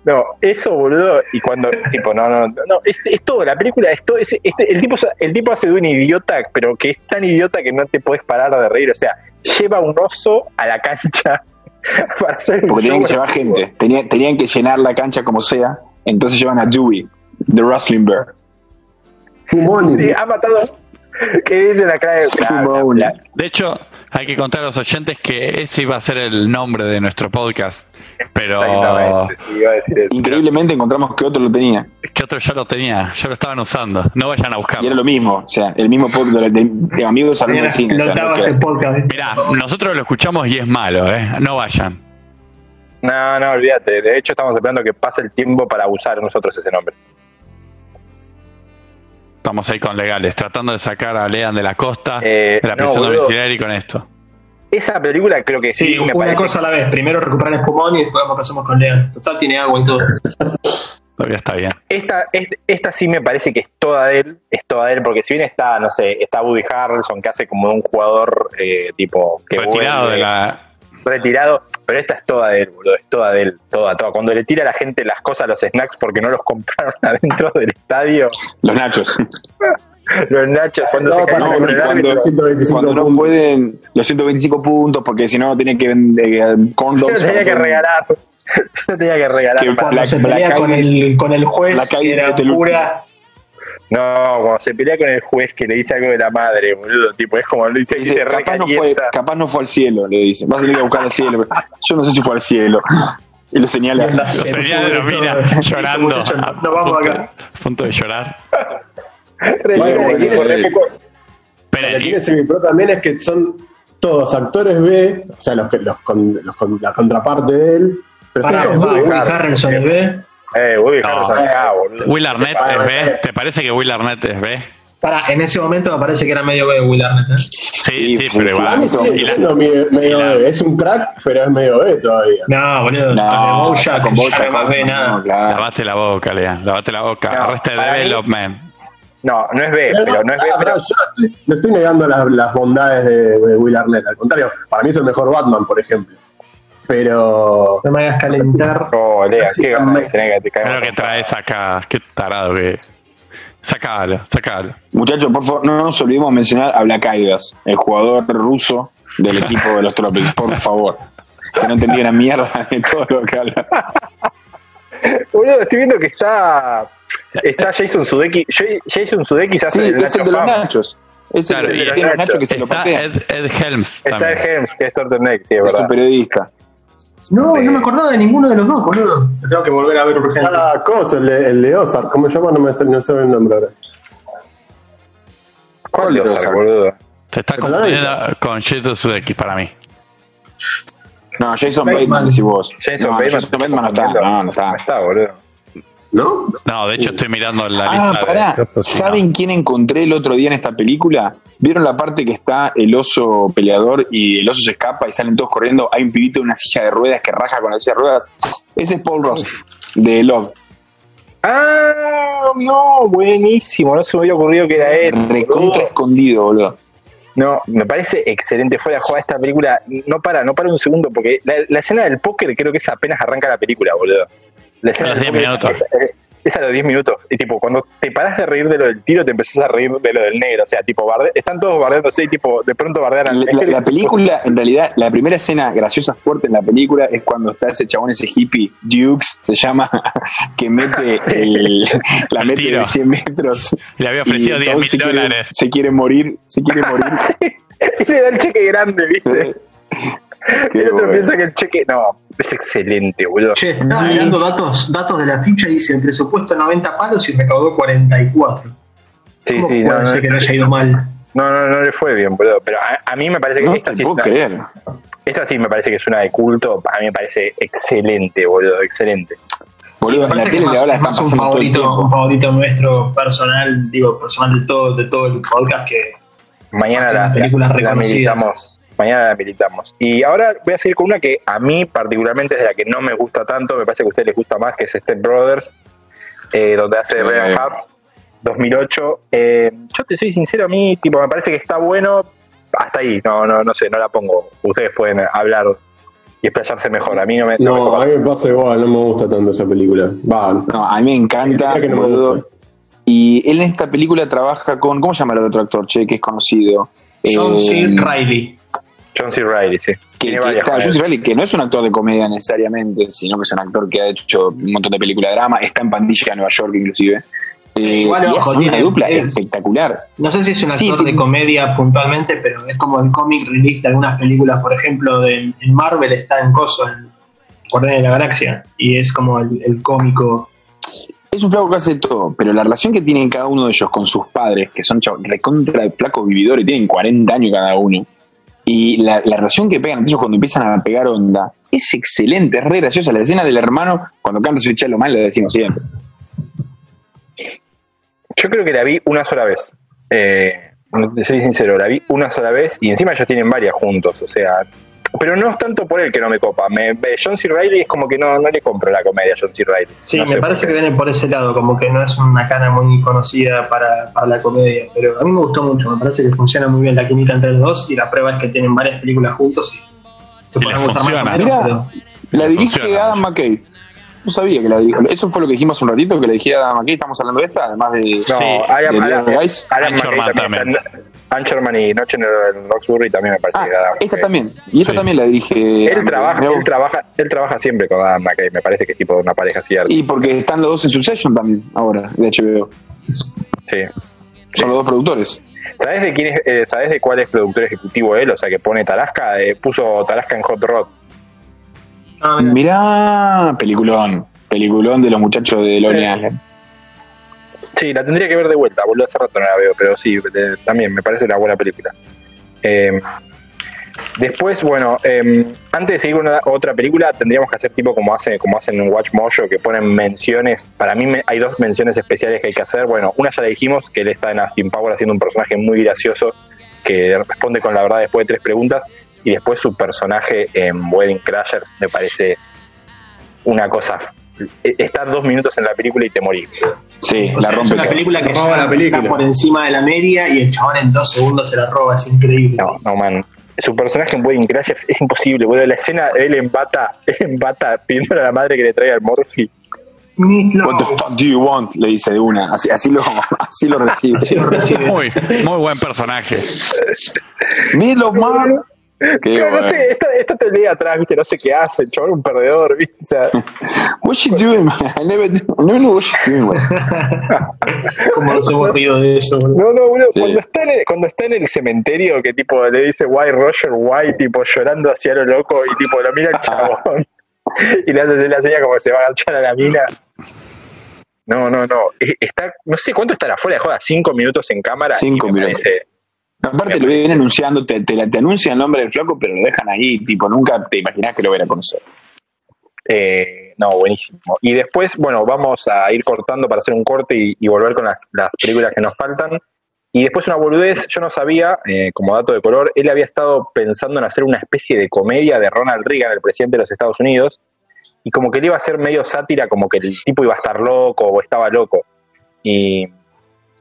No, eso, boludo, y cuando, tipo, no, no, no, es, es todo, la película es todo, es- es- el, tipo, el tipo hace de un idiota, pero que es tan idiota que no te puedes parar de reír, o sea, lleva un oso a la cancha <laughs> para hacer un Porque tenían show. que llevar gente. Tenía- tenían que llenar la cancha como sea. Entonces llevan a Dewey, The Wrestling Bear. Fumoni. Sí, ha matado, que dicen acá, claro, Simone. De hecho, hay que contar a los oyentes que ese iba a ser el nombre de nuestro podcast, pero exactamente, sí, iba a decir eso. Increíblemente encontramos que otro lo tenía. que otro ya lo tenía, ya lo estaban usando. No vayan a Y era buscarlo. lo mismo. O sea, el mismo podcast de, de- de amigos al Era- cine. o sea, Notaba no ese creas. podcast. ¿eh? Mirá, nosotros lo escuchamos y es malo, ¿eh? No vayan. No, no, olvídate, de hecho estamos esperando que pase el tiempo para usar nosotros ese nombre. Estamos ahí con legales, tratando de sacar a Lean de la costa, Eh, de Ah, la no, prisión boludo. domiciliaria y con esto. Esa película creo que sí, Sí, me una parece cosa a la vez. Primero recuperar el pulmón y después vamos pasamos con León. Total, tiene agua y todo. Todavía está bien. Esta, es- esta sí me parece que es toda de él, es toda de él, porque si bien está, no sé, está Woody Harrelson, que hace como un jugador eh, tipo que Retirado vuelve, de la... retirado, pero esta es toda de él, boludo, es toda de él, toda, toda. Cuando le tira a la gente las cosas, los snacks, porque no los compraron <laughs> adentro del estadio, <laughs> Los nachos. los nachos, cuando No, se para caen No, con el cuando- árbitro, 125 cuando no puntos. pueden los 125 puntos, porque si no tenía que vender eh, condoms. yo <laughs> tenía que regalar, yo tenía que regalar. Que- para- Cuando Black- se pelea Black con Eyed- el, con el juez, Black que Eyed era Peas del pura. No, cuando se pelea con el juez que le dice algo de la madre, boludo, tipo, es como, dice, Dice, dice capaz, no fue, recalienta. capaz no fue al cielo, le dice. Vas a tener que buscar al cielo. <laughs> Yo no sé si fue al cielo. Y lo señala. Bien, la Lo serie tenía de de lo mira, todo. llorando. Muchachos, a Nos vamos punto- acá. a punto de llorar. <laughs> Re bien, Bueno, bueno, tipo, re eh, poco- Pero Lo que y- tiene Semipro también es que son todos actores B, o sea, los que los, con, los con- la contraparte de él. Pero Pará, son va, todos Woody muy buenos. Harrelson, ¿les ve? Eh, Woody No. Harrelson acá, boludo. Will Arnett Ah, es eh. B. ¿Te parece que Will Arnett es B? Pará, en ese momento me parece que era medio B Will Arnett. ¿eh? Sí, Y sí, pero A Ah, igual. mí Banco, sigue Y la- siendo medio, medio y la- B. Es un crack, pero es medio B todavía. No, boludo. No, con Bojack, con ya Bojack, no más ve no, nada. claro. Lavate la boca, Lea. Lavate la boca. No, Arrest para mí- development. No, no es B, pero no es B, ah, pero pará, yo no estoy, no estoy negando las, las bondades de, de Will Arnett. Al contrario, para mí es el mejor Batman, por ejemplo. Pero. No me hagas calentar. Oh, Lea, Sí, qué ganas de también. tener que te caer. Mira lo que traes acá. Qué tarado que. Sacalo, sacalo. Muchachos, por favor, no nos olvidemos de mencionar a Blacaidas, el jugador ruso del equipo de los Tropics, por favor. Que no entendí una mierda de todo lo que habla. Boludo, estoy viendo que está está Jason Sudeikis, Jay- Jason Sudeikis hace Sí, el es el de los Nacho Fam. Nachos. Es el Claro, y que el tiene Nacho. los Nachos que se lo Está patea. Ed, Ed Helms Está también. el Helms, que es Turtleneck, sí, es Es un verdad. periodista. No, Sí. no me acordaba de ninguno de los dos, boludo. Lo tengo que volver a ver urgente. Ah, cosa, el de, el de Ozark, ¿cómo se llama? No, me, no sé el nombre ahora. ¿Cuál de los Ozark? boludo? Te está Pero no confundiendo con Jason Sudeikis para mí. No, Jason Bateman. Bateman, decís vos. Jason no, Bateman. Jason Bateman no está. No, no está. No está, boludo. ¿No? No, de hecho estoy mirando la Ah, lista. de- pará. No. ¿Saben quién encontré el otro día en esta película? ¿Vieron la parte que está el oso peleador y el oso se escapa y salen todos corriendo? Hay un pibito en una silla de ruedas que raja con la silla de ruedas. Ese es Paul Ross, de Love. Ah, no, buenísimo, no se me había ocurrido que era él. Recontra boludo. escondido, boludo. No, me parece excelente fuera de jugada esta película. No para, no para un segundo, porque la, la escena del póker creo que es apenas arranca la película, boludo. La escena Los del 10 póker es- minutos. es- es a los 10 minutos. Y tipo, cuando te paras de reír de lo del tiro, te empezás a reír de lo del negro. O sea, tipo, barde- están todos bardeándose y tipo, de pronto bardean al La, negro. la película, en realidad, la primera escena graciosa fuerte en la película es cuando está ese chabón, ese hippie, Dukes, se llama, <laughs> <laughs> que mete el- la El mete tiro. de 100 metros. Le había y el ofrecido 10 chabón se mil quiere- dólares. Se quiere morir, se <laughs> quiere morir. <laughs> Y le da el cheque grande, ¿viste? Este Qué el otro bueno. piensa que el cheque. No, es excelente, boludo. Che, estaba mirando datos, datos de la ficha y dice presupuesto 90 palos y recaudó 44. Sí, ¿Cómo sí, no, puede ser que no no, haya ido mal? no, no, no le fue bien, boludo. Pero a, a mí me parece que No esta, te sí puedo es una, creer. esta sí me parece que es una de culto. A mí me parece excelente, boludo, excelente. Boludo, Me en la parece que tele de más- ahora es está más un pasando todo el favorito, un tiempo. favorito nuestro personal, digo, personal de todo, de todo el podcast que Mañana la, Películas la- la reconocidas. militamos. Mañana la militamos. Y ahora voy a seguir con una que a mí particularmente es de la que no me gusta tanto, me parece que a ustedes les gusta más, que es Step Brothers, eh, donde hace Sí. Ryan Hub, 2008. Eh, yo te soy sincero, a mí tipo, me parece que está bueno, hasta ahí, no no no sé, no la pongo. Ustedes pueden hablar y explayarse mejor, a mí no me... no me No, copa. a mí me pasa igual, no me gusta tanto esa película. Va, No, a mí me encanta, Mira que no me boludo. gusta. Y él en esta película trabaja con, ¿cómo se llama el otro actor, che, que es conocido? John Eh, C. Riley. John C. Reilly, sí. que, Tiene que varias está- maneras. Justin Roiland, que no es un actor de comedia necesariamente, sino que es un actor que ha hecho un montón de películas de drama, está en Pandilla de Nueva York inclusive. Eh, Igual, y ojo, hace una tiene- dupla es- espectacular. No sé si es un Sí, actor sí. de comedia puntualmente, pero es como el comic relief de algunas películas, por ejemplo, de, en Marvel está en Coso, en Guardián de la Galaxia, y es como el, el cómico. Es un flaco que hace todo, pero la relación que tienen cada uno de ellos con sus padres, que son chavos, recontra de flacos vividores, tienen 40 años cada uno, y la, la relación que pegan entre ellos cuando empiezan a pegar onda, es excelente, es re graciosa. La escena del hermano, cuando canta su chalo mal, le decimos siempre. Yo creo que la vi una sola vez. Eh, no te soy sincero, la vi una sola vez y encima ellos tienen varias juntos, o sea. Pero no es tanto por él que no me copa. Me, me- John C. Reilly es como que no, no le compro la comedia a John C. Reilly. Sí, No me sé parece por que qué. viene por ese lado, como que no es una cara muy conocida para, para la comedia, pero a mí me gustó mucho, me parece que funciona muy bien la química entre los dos, y la prueba es que tienen varias películas juntos y te Y podrán les gustar más o funciona. menos, Mirá. pero- La Ah, No dirige funciona, Adam no. McKay. No sabía que la dirige. Eso fue lo que dijimos un ratito, que la dirigía Adam McKay. Estamos hablando de esta, además de. No, Sí, de Adam, Adam, Dear Guys. Adam Anchorman McKay también. está en- Anchorman y Noche en el en Roxbury también me parece Ah, que Adam esta McKay. también. Y esta Sí. también la dirige. Él Adam trabaja, McKay. él trabaja, él trabaja siempre con Adam McKay, me parece que es tipo una pareja cierta. Y porque están los dos en Succession también, ahora, de HBO. Sí. Son los dos productores. ¿Sabes de quién es, eh, sabes de cuál es productor ejecutivo él? O sea que pone Tarasca, eh, puso Tarasca en Hot Rod. Oh, Ah, mirá. Mirá, peliculón. Peliculón de los muchachos de Lonely Sí. Island. Sí, la tendría que ver de vuelta, boludo, hace rato no la veo, pero sí, eh, también me parece una buena película. Eh, después, bueno, eh, antes de seguir con una- otra película, tendríamos que hacer tipo como, hace, como hacen en Watch Mojo, que ponen menciones. Para mí me- hay dos menciones especiales que hay que hacer. Bueno, una ya la dijimos, que él está en Austin Power haciendo un personaje muy gracioso que responde con la verdad después de tres preguntas. Y después su personaje en Wedding Crashers me parece una cosa. eh, Estar dos minutos en la película y te morís. Sí, O la sea, es rompe. una cara. película que Roba ya la película. está por encima de la media y el chabón en dos segundos se la roba, es increíble. No, no, man. Su personaje en Wedding Crashers es imposible, boludo. La escena, él embata, <laughs> él embata pidiéndole a la madre que le traiga el Morphy. Meatloaf. What the fuck do you want? Le dice de una. Así, así lo, <laughs> así lo recibe. <laughs> Sí, lo recibe. Muy, muy buen personaje. <laughs> Milo Man. Qué Pero no bueno. sé, está, está todo el día atrás, viste, no sé qué hace, el chabón es un perdedor, viste. O sea, What you doing, man? I never, I never know what you doing, man. Como nos hemos reído de eso, no, boludo. no, boludo, Sí. cuando, está en el, cuando está en el cementerio que tipo le dice why Roger, why, tipo llorando hacia lo loco y tipo lo <laughs> Ah. mira el chabón y le hace la señal como que se va a agachar a la mina. No, no, no. E- Está, no sé cuánto estará fuera de joda, cinco minutos en cámara. Cinco y me minutos. parece- Aparte lo vienen anunciando, te, te, te anuncia el nombre del flaco, pero lo dejan ahí, tipo, nunca te imaginás que lo van a conocer. Eh, no, buenísimo. Y después, bueno, vamos a ir cortando para hacer un corte y, y volver con las, las películas que nos faltan. Y después una boludez, yo no sabía, eh, como dato de color, él había estado pensando en hacer una especie de comedia de Ronald Reagan, el presidente de los Estados Unidos, y como que le iba a hacer medio sátira, como que el tipo iba a estar loco o estaba loco. Y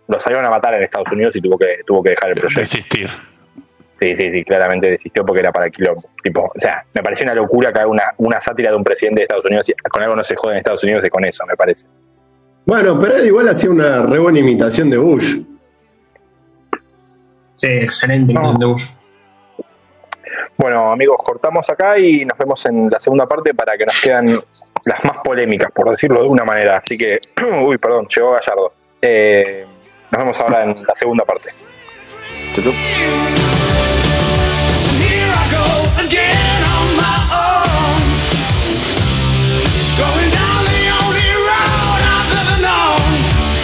lo salieron a matar en Estados Unidos y tuvo que, tuvo que dejar el proyecto. Desistir. Sí, sí, sí, claramente desistió porque era para quilombo. Tipo, o sea, me pareció una locura que haga una, una sátira de un presidente de Estados Unidos. y Con algo no se jode en Estados Unidos es con eso, me parece. Bueno, pero él igual hacía una re buena imitación de Bush. Sí, excelente. No. de Bush. Bueno, amigos, cortamos acá y nos vemos en la segunda parte para que nos quedan las más polémicas, por decirlo de una manera. Así que, <clears throat> uy, perdón, llegó Gallardo. Eh, nos vemos ahora en la segunda parte. Chau, chau. Here I go again on my own. Going down the only road I've ever known.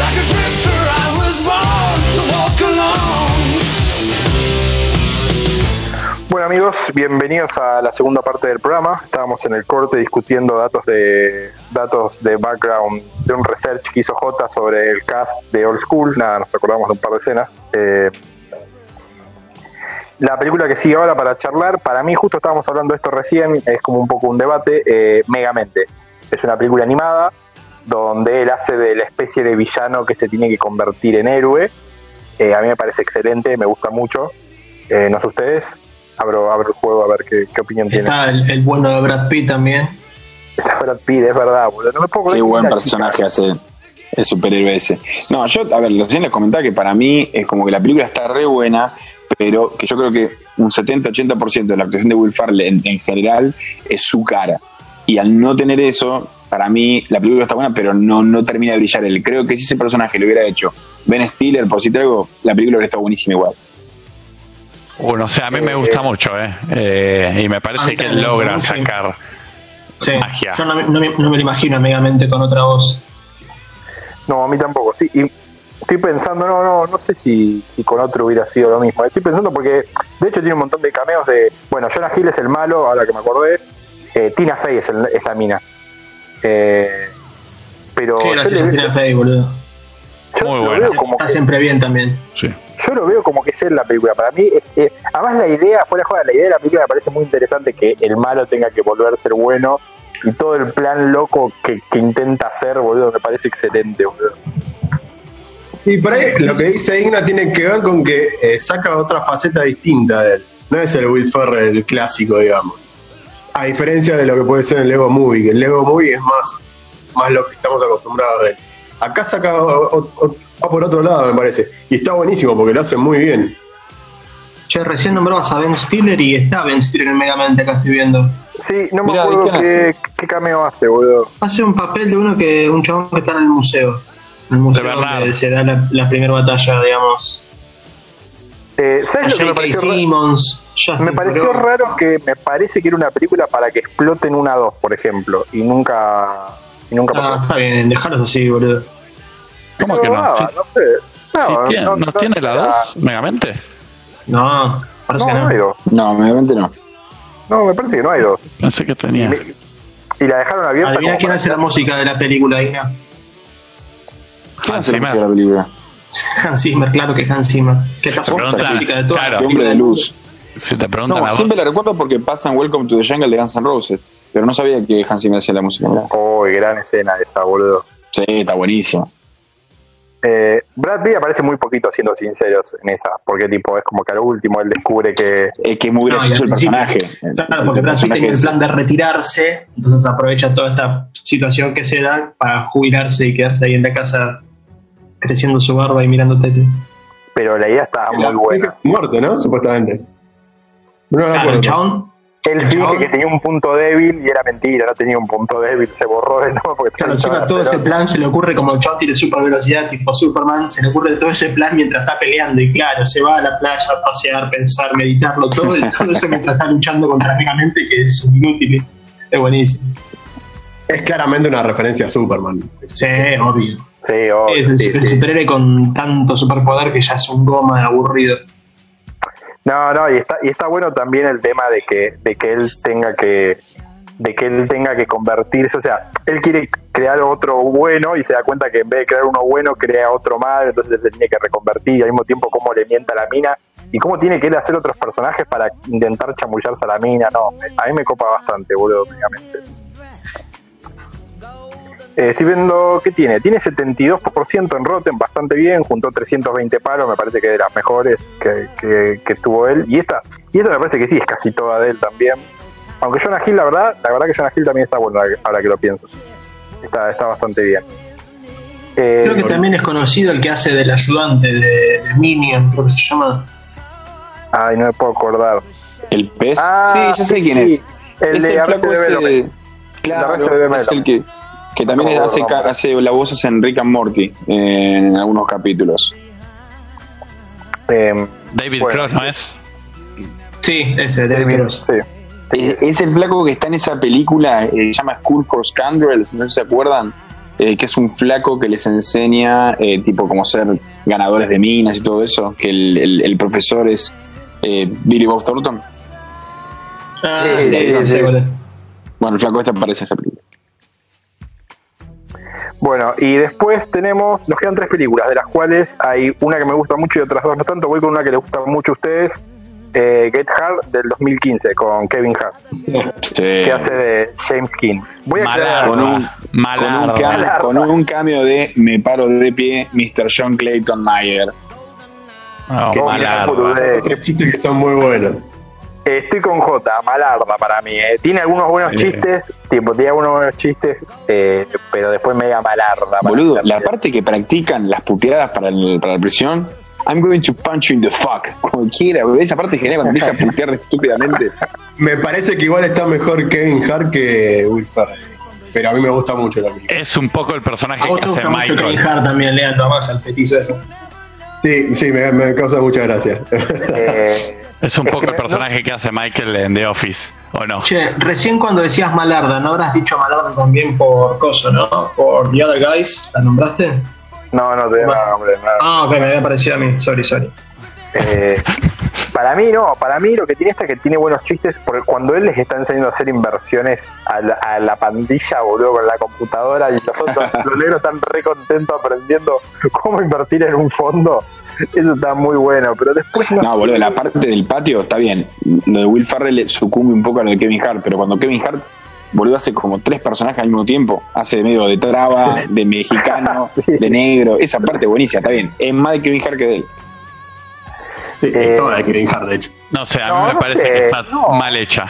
Like a drifter, I was born to walk alone. Bueno amigos, bienvenidos a la segunda parte del programa. Estábamos en el corte discutiendo datos de datos de background de un research que hizo J sobre el cast de Old School. Nada, nos acordamos de un par de escenas. Eh, la película que sigue ahora para charlar, para mí justo estábamos hablando de esto recién, es como un poco un debate, eh, Megamente. Es una película animada donde él hace de la especie de villano que se tiene que convertir en héroe. Eh, a mí me parece excelente, me gusta mucho. Eh, no sé ustedes, abro, abro el juego a ver qué, qué opinión tienen. Está el, el bueno de Brad Pitt también. Está Brad Pitt, es verdad, boludo. No me puedo Qué creer que buen esta personaje chica- hace el superhéroe ese. No, yo, a ver, recién les comentaba que para mí es como que la película está re buena, pero que yo creo que un 70-80% de la actuación de Will Farrell en, en general es su cara. Y al no tener eso, para mí la película está buena, pero no, no termina de brillar él. Creo que si ese personaje lo hubiera hecho Ben Stiller, por si traigo, la película hubiera estado buenísima igual. Bueno, o sea, a mí me Eh, gusta mucho, ¿eh? Eh, Y me parece que él también, logra sí. sacar. Sí. Magia. Yo no me, no me- no me lo imagino megamente con otra voz. No, a mí tampoco. Sí, y estoy pensando, no, no, no sé si, si con otro hubiera sido lo mismo. Estoy pensando porque, de hecho, tiene un montón de cameos de. Bueno, Jonah Hill es el malo, ahora que me acordé. Eh, Tina Fey es, el- es la mina. Eh, pero. Qué yo graciosa le- Tina Fey, boludo. yo Muy lo buena. veo como Está que- siempre bien también. Sí. yo lo veo como que es él la película. Para mí, eh, eh, además la idea, fuera de joda, la idea de la película me parece muy interesante que el malo tenga que volver a ser bueno y todo el plan loco que, que intenta hacer, boludo, me parece excelente, boludo. Y por ahí lo que dice Igna tiene que ver con que eh, saca otra faceta distinta de él. No es el Will Ferrell clásico, digamos. A diferencia de lo que puede ser el Lego Movie, que el Lego Movie es más, más lo que estamos acostumbrados de él. Acá saca o- o- o- va por otro lado, me parece. Y está buenísimo porque lo hace muy bien. Che, recién nombrabas a Ben Stiller y está Ben Stiller en Megamente, acá estoy viendo. Sí, no me Mirá, ¿y acuerdo quién qué, qué cameo hace, boludo. Hace un papel de uno que, un chabón que está en el museo. En el De museo Bernard. donde se da la, la primera batalla, digamos. Eh, A ¿Sabes lo que me J.K. pareció? ra- Simmons, Justin Me pareció Theroux. raro que me parece que era una película para que exploten una dos, por ejemplo, y nunca y nunca Ah, pasó. está bien, dejaros así, boludo. ¿Cómo que Pero no? va, Sí. no sé. No, Sí, tiene- no, ¿Nos no, tiene la no, 2? Megamente. No, parece No, que no no. hay dos. No, obviamente no. No, me parece que no hay dos. Pensé que Y, tenía. Ah, me- y la dejaron abierta. Adivina como quién para- hace la música de la película, Ina. <laughs> Hans Hace Zimmer. la película. Hans Zimmer, claro que Hans Zimmer. Que es la Pero no música está- de toda claro. la Qué hombre de luz. Si te preguntan No, a vos. siempre la recuerdo porque pasan Welcome to the Jungle de Guns N' Roses, pero no sabía que Hans Zimmer hacía la música. mirá. Oh, gran escena esa, boludo. Sí, está buenísimo. Eh, Brad Pitt aparece muy poquito, siendo sinceros, en esa, porque tipo es como que al último él descubre que Es que es muy No, y gracioso al el principio- personaje. Claro, porque Brad Pitt personaje tenía el es- plan de retirarse, entonces aprovecha toda esta situación que se da para jubilarse y quedarse ahí en la casa creciendo su barba y mirando tele. pero la idea estaba muy buena. Muerto, ¿no? Supuestamente. No me Claro, acuerdo. el chabón, Él finge que tenía un punto débil y era mentira, no tenía un punto débil, se borró de nuevo porque claro, estaba encima todo ese esperando. plan se le ocurre como el chabón tiene super velocidad tipo Superman, se le ocurre todo ese plan mientras está peleando y claro, se va a la playa a pasear, pensar, meditarlo, todo, <laughs> todo eso mientras está luchando contra Megamente que es un inútil. Es buenísimo. Es claramente una referencia a Superman. Sí, obvio. Sí, obvio, Es el sí, super- sí. superhéroe con tanto superpoder que ya es un goma aburrido. No, no, y está, y está bueno también el tema de que, de que él tenga que de que él tenga que convertirse, o sea, él quiere crear otro bueno y se da cuenta que en vez de crear uno bueno, crea otro malo, entonces él se tiene que reconvertir y al mismo tiempo cómo le mienta a la mina y cómo tiene que él hacer otros personajes para intentar chamullarse a la mina, no, a mí me copa bastante, boludo, obviamente. Eh, estoy viendo qué tiene. Tiene 72% en Rotten, bastante bien. Juntó 320 palos, me parece que de las mejores que, que- que tuvo él. Y esta, y esta me parece que sí, es casi toda de él también. Aunque Jonah Hill, la verdad, la verdad que Jonah Hill también está bueno ahora que- ahora que lo pienso. Está, está bastante bien. Eh, Creo que también es conocido el que hace del ayudante de, de Minion, creo que se llama. Ay, no me puedo acordar. ¿El pez? Ah, sí, yo sé quién es. sí, El es de Arrested flaco Development. ese- Claro, Arrested Development. es el que, que también No, hace, no, ca- no. hace la voz en Rick and Morty eh, en algunos capítulos. Eh, David Bueno. Cross, ¿no es? Sí, ese, de Cross. sí. Eh, Es el flaco que está en esa película, eh, se llama School for Scoundrels, no sé si se acuerdan, eh, que es un flaco que les enseña, eh, tipo, cómo ser ganadores de minas y todo eso, que el, el- el profesor es eh, Billy Bob Thornton. Ah, Sí, sí, sí, no sé sí. cuál es. Bueno, el flaco este aparece en esa película. Bueno, y después tenemos, nos quedan tres películas, de las cuales hay una que me gusta mucho y otras dos no tanto. Voy con una que les gusta mucho a ustedes, eh, Get Hard del 2015, con Kevin Hart, Eh, que hace de James King. Voy a aclarar, Con un, Malarba, con, un malarba. cam- con un cambio de Me paro de pie, Mr. John Clayton Mayer. No, Que Malarba. Esos tres chistes que son muy buenos. eh, estoy con J, malarda para mí. eh. Tiene algunos buenos Eh. chistes, tipo, tiene algunos buenos chistes, eh, pero después media malarda. para mí Boludo, la también. parte que practican las puteadas para, el- para la prisión, I'm going to punch you in the fuck. <laughs> Cualquiera, boludo. Esa parte genial cuando empieza a putear estúpidamente. Me parece que igual está mejor Kevin Hart que Will Ferrell. Pero a mí me gusta mucho la película. Es un poco el A personaje vos que te hace gusta mucho Kevin Michael. Hart también, Lean Tomás, al petizo ese. Sí, sí, me, me causa mucha gracia. Eh, Es un Es que poco <laughs> el no- personaje que hace Michael en The Office, ¿o no? Che, recién cuando decías Malarda, ¿no habrás dicho Malarda también por Coso, no? Por The Other Guys, ¿la nombraste? no, no te no, hombre, no. Ah, ok, me había parecido a mí, sorry, sorry. Eh, para mí no, para mí lo que tiene esta es que tiene buenos chistes, porque cuando él les está enseñando a hacer inversiones a la, a la pandilla, boludo, con la computadora y los <laughs> otros, los negros están re contentos aprendiendo cómo invertir en un fondo, eso está muy bueno, pero después no, No, boludo, la parte del patio está bien. Lo de Will Ferrell sucumbe un poco a lo de Kevin Hart, pero cuando Kevin Hart, boludo, hace como tres personajes al mismo tiempo, hace de medio de traba, de mexicano, de negro. Esa parte buenísima, está bien. Es más de Kevin Hart que de él. <laughs> Sí, es toda de Kevin Hart, de hecho. No sé, a mí No, me no parece sé, que está no. mal hecha.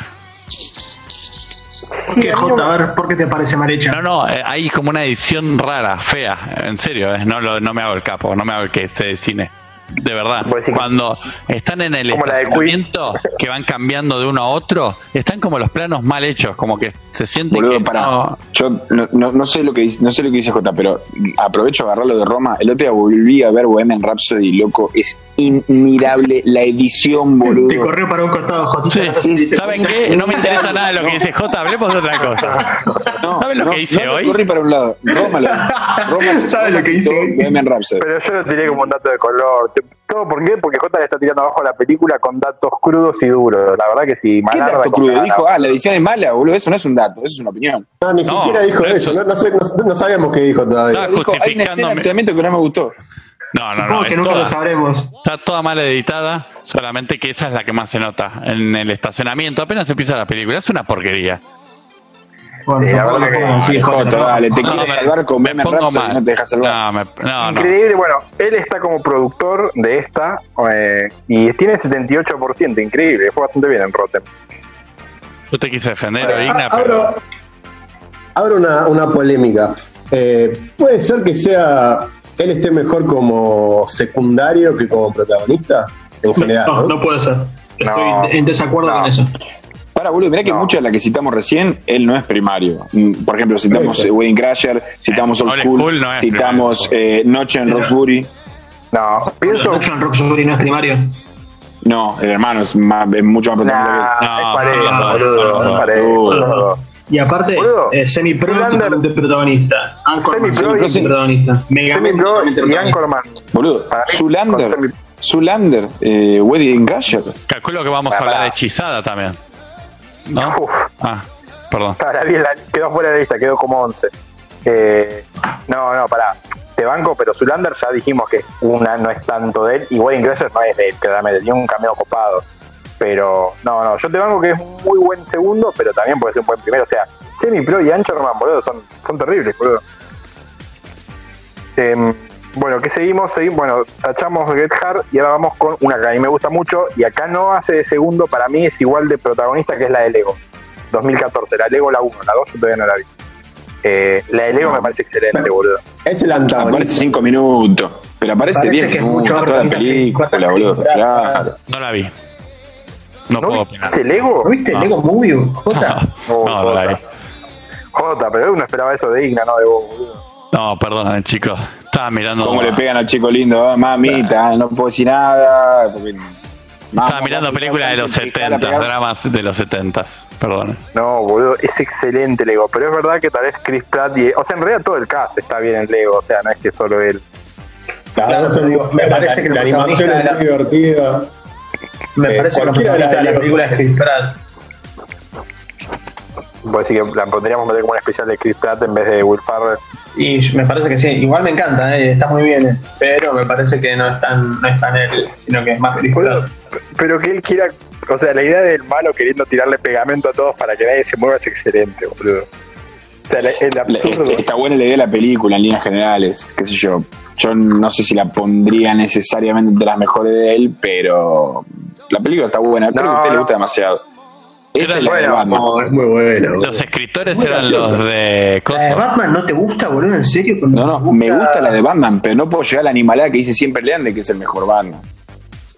¿Por qué, Jota? A ver, ¿por qué te parece mal hecha? No, no, eh, hay como una edición rara, fea, en serio, eh, no, lo- no me hago el capo, no me hago el que esté de cine. De verdad, Vos decís- cuando están en el Pues Como la de Queen. estacionamiento que van cambiando de uno a otro, están como los planos mal hechos, como que se siente Boludo, que para. no- Yo no, no- no sé lo que dice, no sé lo que dice J, pero aprovecho a agarrarlo de Roma. El otro día volví a ver Bohemian Rhapsody, loco. Es inmirable la edición, Te boludo. corrió para un costado, Jotita. Sí, no sé si te ¿Saben cuenta. qué? No me interesa nada de lo que dice J, hablemos de otra cosa. ¿Saben lo que hice no hoy? Corrí para un lado. Roma lo Roma ¿Saben lo que hice hoy? Bohemian Rhapsody. pero yo lo tiré como un dato de color. ¿Todo por qué? Porque J le está tirando abajo la película con datos crudos y duros. La verdad que si ¿Qué Malarda dato con crudo? Malarda- Dijo, ah, la edición es mala, boludo. Eso no es un dato, eso es una opinión. No, ni No, siquiera dijo pero eso. eso- No, no sé, no, no sabíamos qué dijo todavía. No, Dijo, hay una escena de Justificándome. entrenamiento que no me gustó. No, no, no. Supongo es que nunca toda- lo sabremos. Está toda mal editada, solamente que esa es la que más se nota. En el estacionamiento, apenas empieza la película, es una porquería. Bueno, Sí, la tampoco verdad lo que- podemos decir, Jota, Jota, ¿no? dale, te No, quiero me- salvar con me Bohemian pongo Rhapsody, mal. no te dejas salvar. No, me- no, no. Increíble, bueno, él está como productor de esta eh, y tiene 78%, increíble, fue bastante bien en Rotten. Yo te quise defender, Igna, Ah, pero. abro, abro una, una polémica. Eh, ¿Puede ser que sea él esté mejor como secundario que como protagonista? En general, No, ¿no? no puede ser. Estoy No. en desacuerdo No. con eso. Para, boludo, mirá que No. muchas de las que citamos recién, él no es primario. Mm, Por ejemplo, citamos Eso. eh, Wedding Crasher, citamos Eh, Old Old School, School no es citamos eh, Noche en Roxbury. No, pienso. Nacho en Rock Submarino no es primario. No, el hermano es, más- es mucho más protagonista Nah, No, es parejo, no, boludo, no, es parejo, no. boludo. Y aparte, Boludo, eh, Semi-Pro es Zoolander- totalmente protagonista. Anchorman Semi-Pro es y- protagonista. Megaman Semi es Pro totalmente y protagonista. Anchorman. que él. Boludo, Para mí, Zulander, con Sammy- Zulander, eh, Wedding Crasher. Calculo que vamos a Pará. hablar de hechizada también. ¿No? Uf, Ah, perdón. para bien, la- quedó fuera de lista, quedó como 11. Eh, no, no, pará. Te banco, pero Zulander ya dijimos que es una no es tanto de él. Y Wayne Gresham no es de él, claramente. Tiene un cameo copado. Pero no, no, yo te banco que es un muy buen segundo, pero también puede ser un buen primero. O sea, Semi Pro y Anchorman, boludo, son, son terribles, boludo. Em, bueno, ¿qué seguimos? Seguimos, bueno, tachamos Get Hard y ahora vamos con una que a mí me gusta mucho y acá no hace de segundo, para mí es igual de protagonista que es la de Lego. 2014, la Lego la 1, la 2 yo todavía no la vi. Eh, la de Lego me parece excelente, boludo. Es el Aparece antagonista. 5 minutos, pero aparece Parece 10 que es minutos mucho toda la horrorista película, que- boludo. Claro. No la vi. No, ¿No puedo viste opinar. Lego? ¿No viste el Lego Movie, Jota? <laughs> No, no la vi. Jota, pero uno esperaba eso de Igna, no de vos, boludo. No, perdón, chicos. Estaba mirando. ¿Cómo le pegan al chico lindo? ah, Mamita, no puedo decir nada. porque- Estaba Vamos, mirando vamos, películas de los vamos, 70, pegar- dramas de los 70, perdón. No, boludo, es excelente Lego. Pero es verdad que tal vez Chris Pratt y. O sea, en realidad todo el cast está bien en Lego, o sea, no es que solo él. Las dos Claro, son muy me buenas, parece que la, el animación es protagonista muy divertida. Me Eh, parece que los cualquiera de las- protagonistas de la película es Chris Pratt. Voy a decir que la podríamos meter como una especial de Chris Pratt en vez de Will Ferrell. Y me parece que sí, igual me encanta, eh, está muy bien, eh, pero me parece que no es tan, no es tan él, sino que es más Chris Boludo, Pratt. pero que él quiera. O sea, la idea del malo queriendo tirarle pegamento a todos para que nadie se mueva es excelente, boludo. O sea, la- el La- absurdo. este- Está buena la idea de la película en líneas generales, qué sé yo. Yo no sé si la pondría necesariamente entre las mejores de él, pero la película está buena. Creo que No, a usted le no. gusta demasiado. Esa es la de Bueno, Batman. No, es Ah, muy buena. boludo. Los escritores Muy eran gracioso. los ¿La de. de Eh, Coso. Batman no te gusta, boludo? ¿En serio? No, no, me gusta la de Batman, pero no puedo llegar a la animalada que dice siempre Leander, que es el mejor Batman.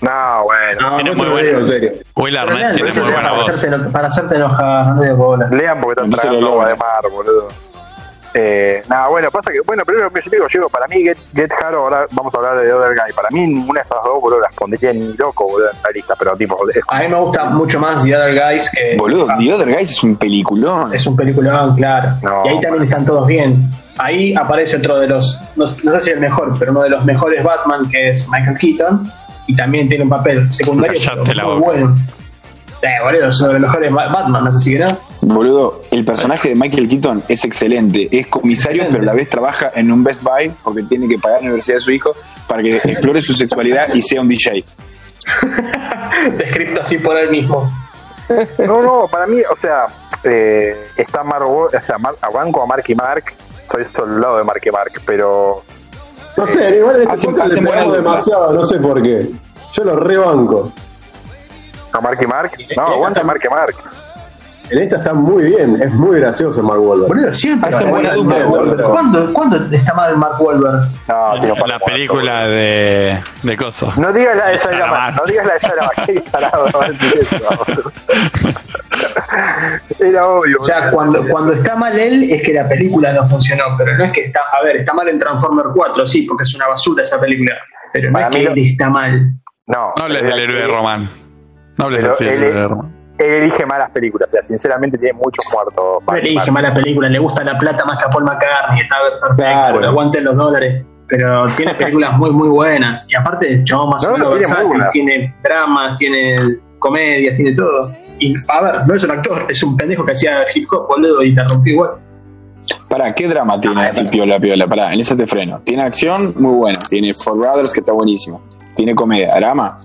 No, bueno. No, Tiene muy no se lo buena- digo en serio. Will Pero Arnett nada, tiene eso muy sea buena para, voz. hacerte, eno- para hacerte enojar, no te bola. Lean porque están No se lo tragando agua de logra. mar, boludo. Eh, nada, bueno, pasa que, bueno, primero yo digo, yo digo, para mí Get, Get Hard, ahora vamos a hablar de The Other Guy, para mí ninguna de esas dos, boludo, las pondría ni loco, boludo, en la lista, pero tipo, es- A mí me gusta mucho más The Other Guys que. Boludo, Ah, The Other Guys es un peliculón. Es un peliculón, claro. No, y ahí también están todos bien. Ahí aparece otro de los, no, no sé si el mejor, pero uno de los mejores Batman, que es Michael Keaton, y también tiene un papel secundario Callate pero la muy boca. bueno. Eh, boludo, es uno de los mejores Ba- Batman, no sé si que <laughs> no. Boludo, el personaje de Michael Keaton es excelente. Es comisario, Excelente. pero a la vez trabaja en un Best Buy porque tiene que pagar la universidad de su hijo para que explore su sexualidad y sea un DJ. Descripto así por él mismo. no, no, para mí, o sea, eh, está Mark, Wa- o sea, Mar, banco a Mark y Mark, soy soldado de Mark y Mark, pero No sé, igual este Hacen- podcast le hacen pegamos buena- demasiado, no sé por qué. Yo lo rebanco. a Mark y Mark, no, y- aguanta y- Mark y Mark. En esta está muy bien, es muy gracioso Mark Wahlberg. Boludo, siempre. Hacen habla buena mal de dupla, Mark boludo. Wahlberg. ¿Cuándo, ¿Cuándo está mal Mark Wahlberg? No, tío, para La muerto, película de. de Coso. boludo. No digas la de Sailor Salamán. no digas la de <laughs> Sailor qué tarado, va a decir eso, boludo. Era obvio. O sea, boludo. cuando, cuando está mal él es que la película no funcionó, pero no es que está, a ver, está mal en Transformer 4, sí, porque es una basura esa película, pero no Para es que mí lo- él está mal. No, eh, No hables era del héroe que Román. No hables Pero así del él- héroe de Román. Él elige malas películas, o sea, sinceramente tiene muchos muertos. No le dije mala película, le gusta la plata más que a Paul McCartney, está perfecto, Claro. aguanten los dólares, pero <laughs> tiene películas muy, muy buenas. Y aparte, el chabón más No, o menos no, tiene versátil, muy buenas. tiene dramas, tiene comedias, tiene todo. Y, a ver, no es un actor, es un pendejo que hacía hip hop, boludo, y te rompió igual. Pará, ¿qué drama Ah, tiene así piola piola? Pará, en esa te freno. Tiene acción, muy buena. Tiene For Brothers, que está buenísimo. Tiene comedia, drama.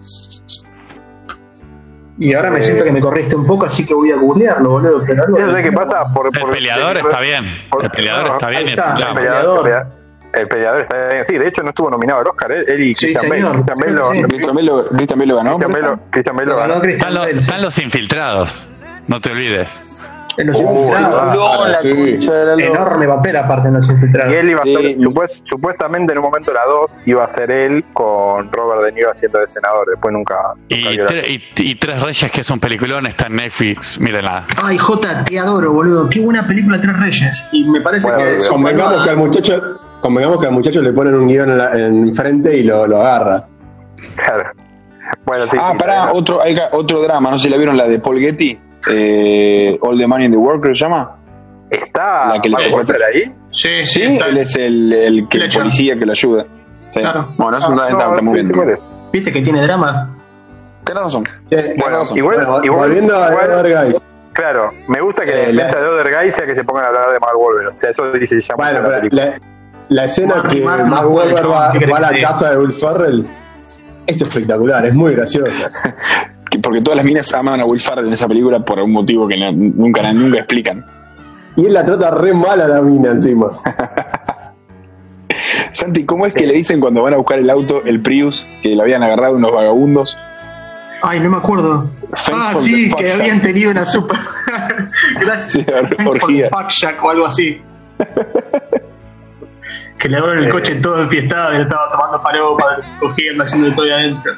Y ahora me Eh. siento que me corriste un poco, así que voy a googlearlo, boludo. Pero algo ¿Sabes qué pasa? Por, El por- peleador por- está bien. El peleador no, está bien. ahí y está, está El el bien. peleador, peleador. el peleador está bien. Sí, de hecho no estuvo nominado al Oscar. ¿eh? Él, él y Sí, Christian Bale. señor. Christian Bale lo- Sí, sí. Christian Bale lo- Christian Bale lo ganó. Christian Bale ¿no? lo- Christian Bale lo Lo ganó. ganó Christian Están los, Bale, sí. están los infiltrados. No te olvides. En los Oh, infiltrados. boludo. Ah, la concha Enorme papel aparte en los infiltrados. Y él iba a Sí. ser, supuest- supuestamente en un momento la 2 iba a ser él con Robert De Niro haciendo de senador. Después nunca. nunca Y, vio la- tre- y- y Tres Reyes, que es un peliculón, está en Netflix. Mírenla. Ay, Jota, te adoro, boludo. Qué buena película Tres Reyes. Y me parece Bueno, que boludo. es un Convengamos que al muchacho, convengamos que al muchacho le ponen un guión en, la- en frente y lo, lo agarra. Claro. Bueno, sí. Ah, sí, pará, está bien. otro, hay ca- otro drama. No sé si la vieron, la de Paul Getty. Eh, All the Money in the World, creo que se llama. ¿Está La que le Mark secuestra. Wahlberg ahí? Sí, Sí, él es el, el, que- el Fletcher. policía que lo ayuda. Sí. Claro. Bueno, es un Ah, drama, está no, muy sí, bien. sí, bueno. ¿Viste que tiene drama? Tenés razón. Eh, Bueno, Bueno, razón. igual, igual, volviendo a igual- Edgar Guys. Claro, me gusta que Eh, en la- defensa de Other Guys sea que se pongan a hablar de Mark Wahlberg. O sea, eso dice ya mucho Bueno, la pero película. la, la escena Mark y que Mark, Mark Mark Wahlberg va, Wahlberg, va a sí. la casa de Will Ferrell es espectacular, es muy graciosa. Que- Porque todas las minas aman a Will Ferrell en esa película por un motivo que no- nunca, nunca explican. Y él la trata re mal a la mina encima. Santi, ¿cómo es que le dicen cuando van a buscar el auto, el Prius, que lo habían agarrado unos vagabundos? Ay, no me acuerdo. Ah, for sí, the que fuck habían tenido una super. Gracias. Sí, Thanks for orgía. the fuck Jack o algo así. Que le hago el coche todo enfiestado y lo estaba tomando palo para cogiendo, haciendo todo ahí adentro.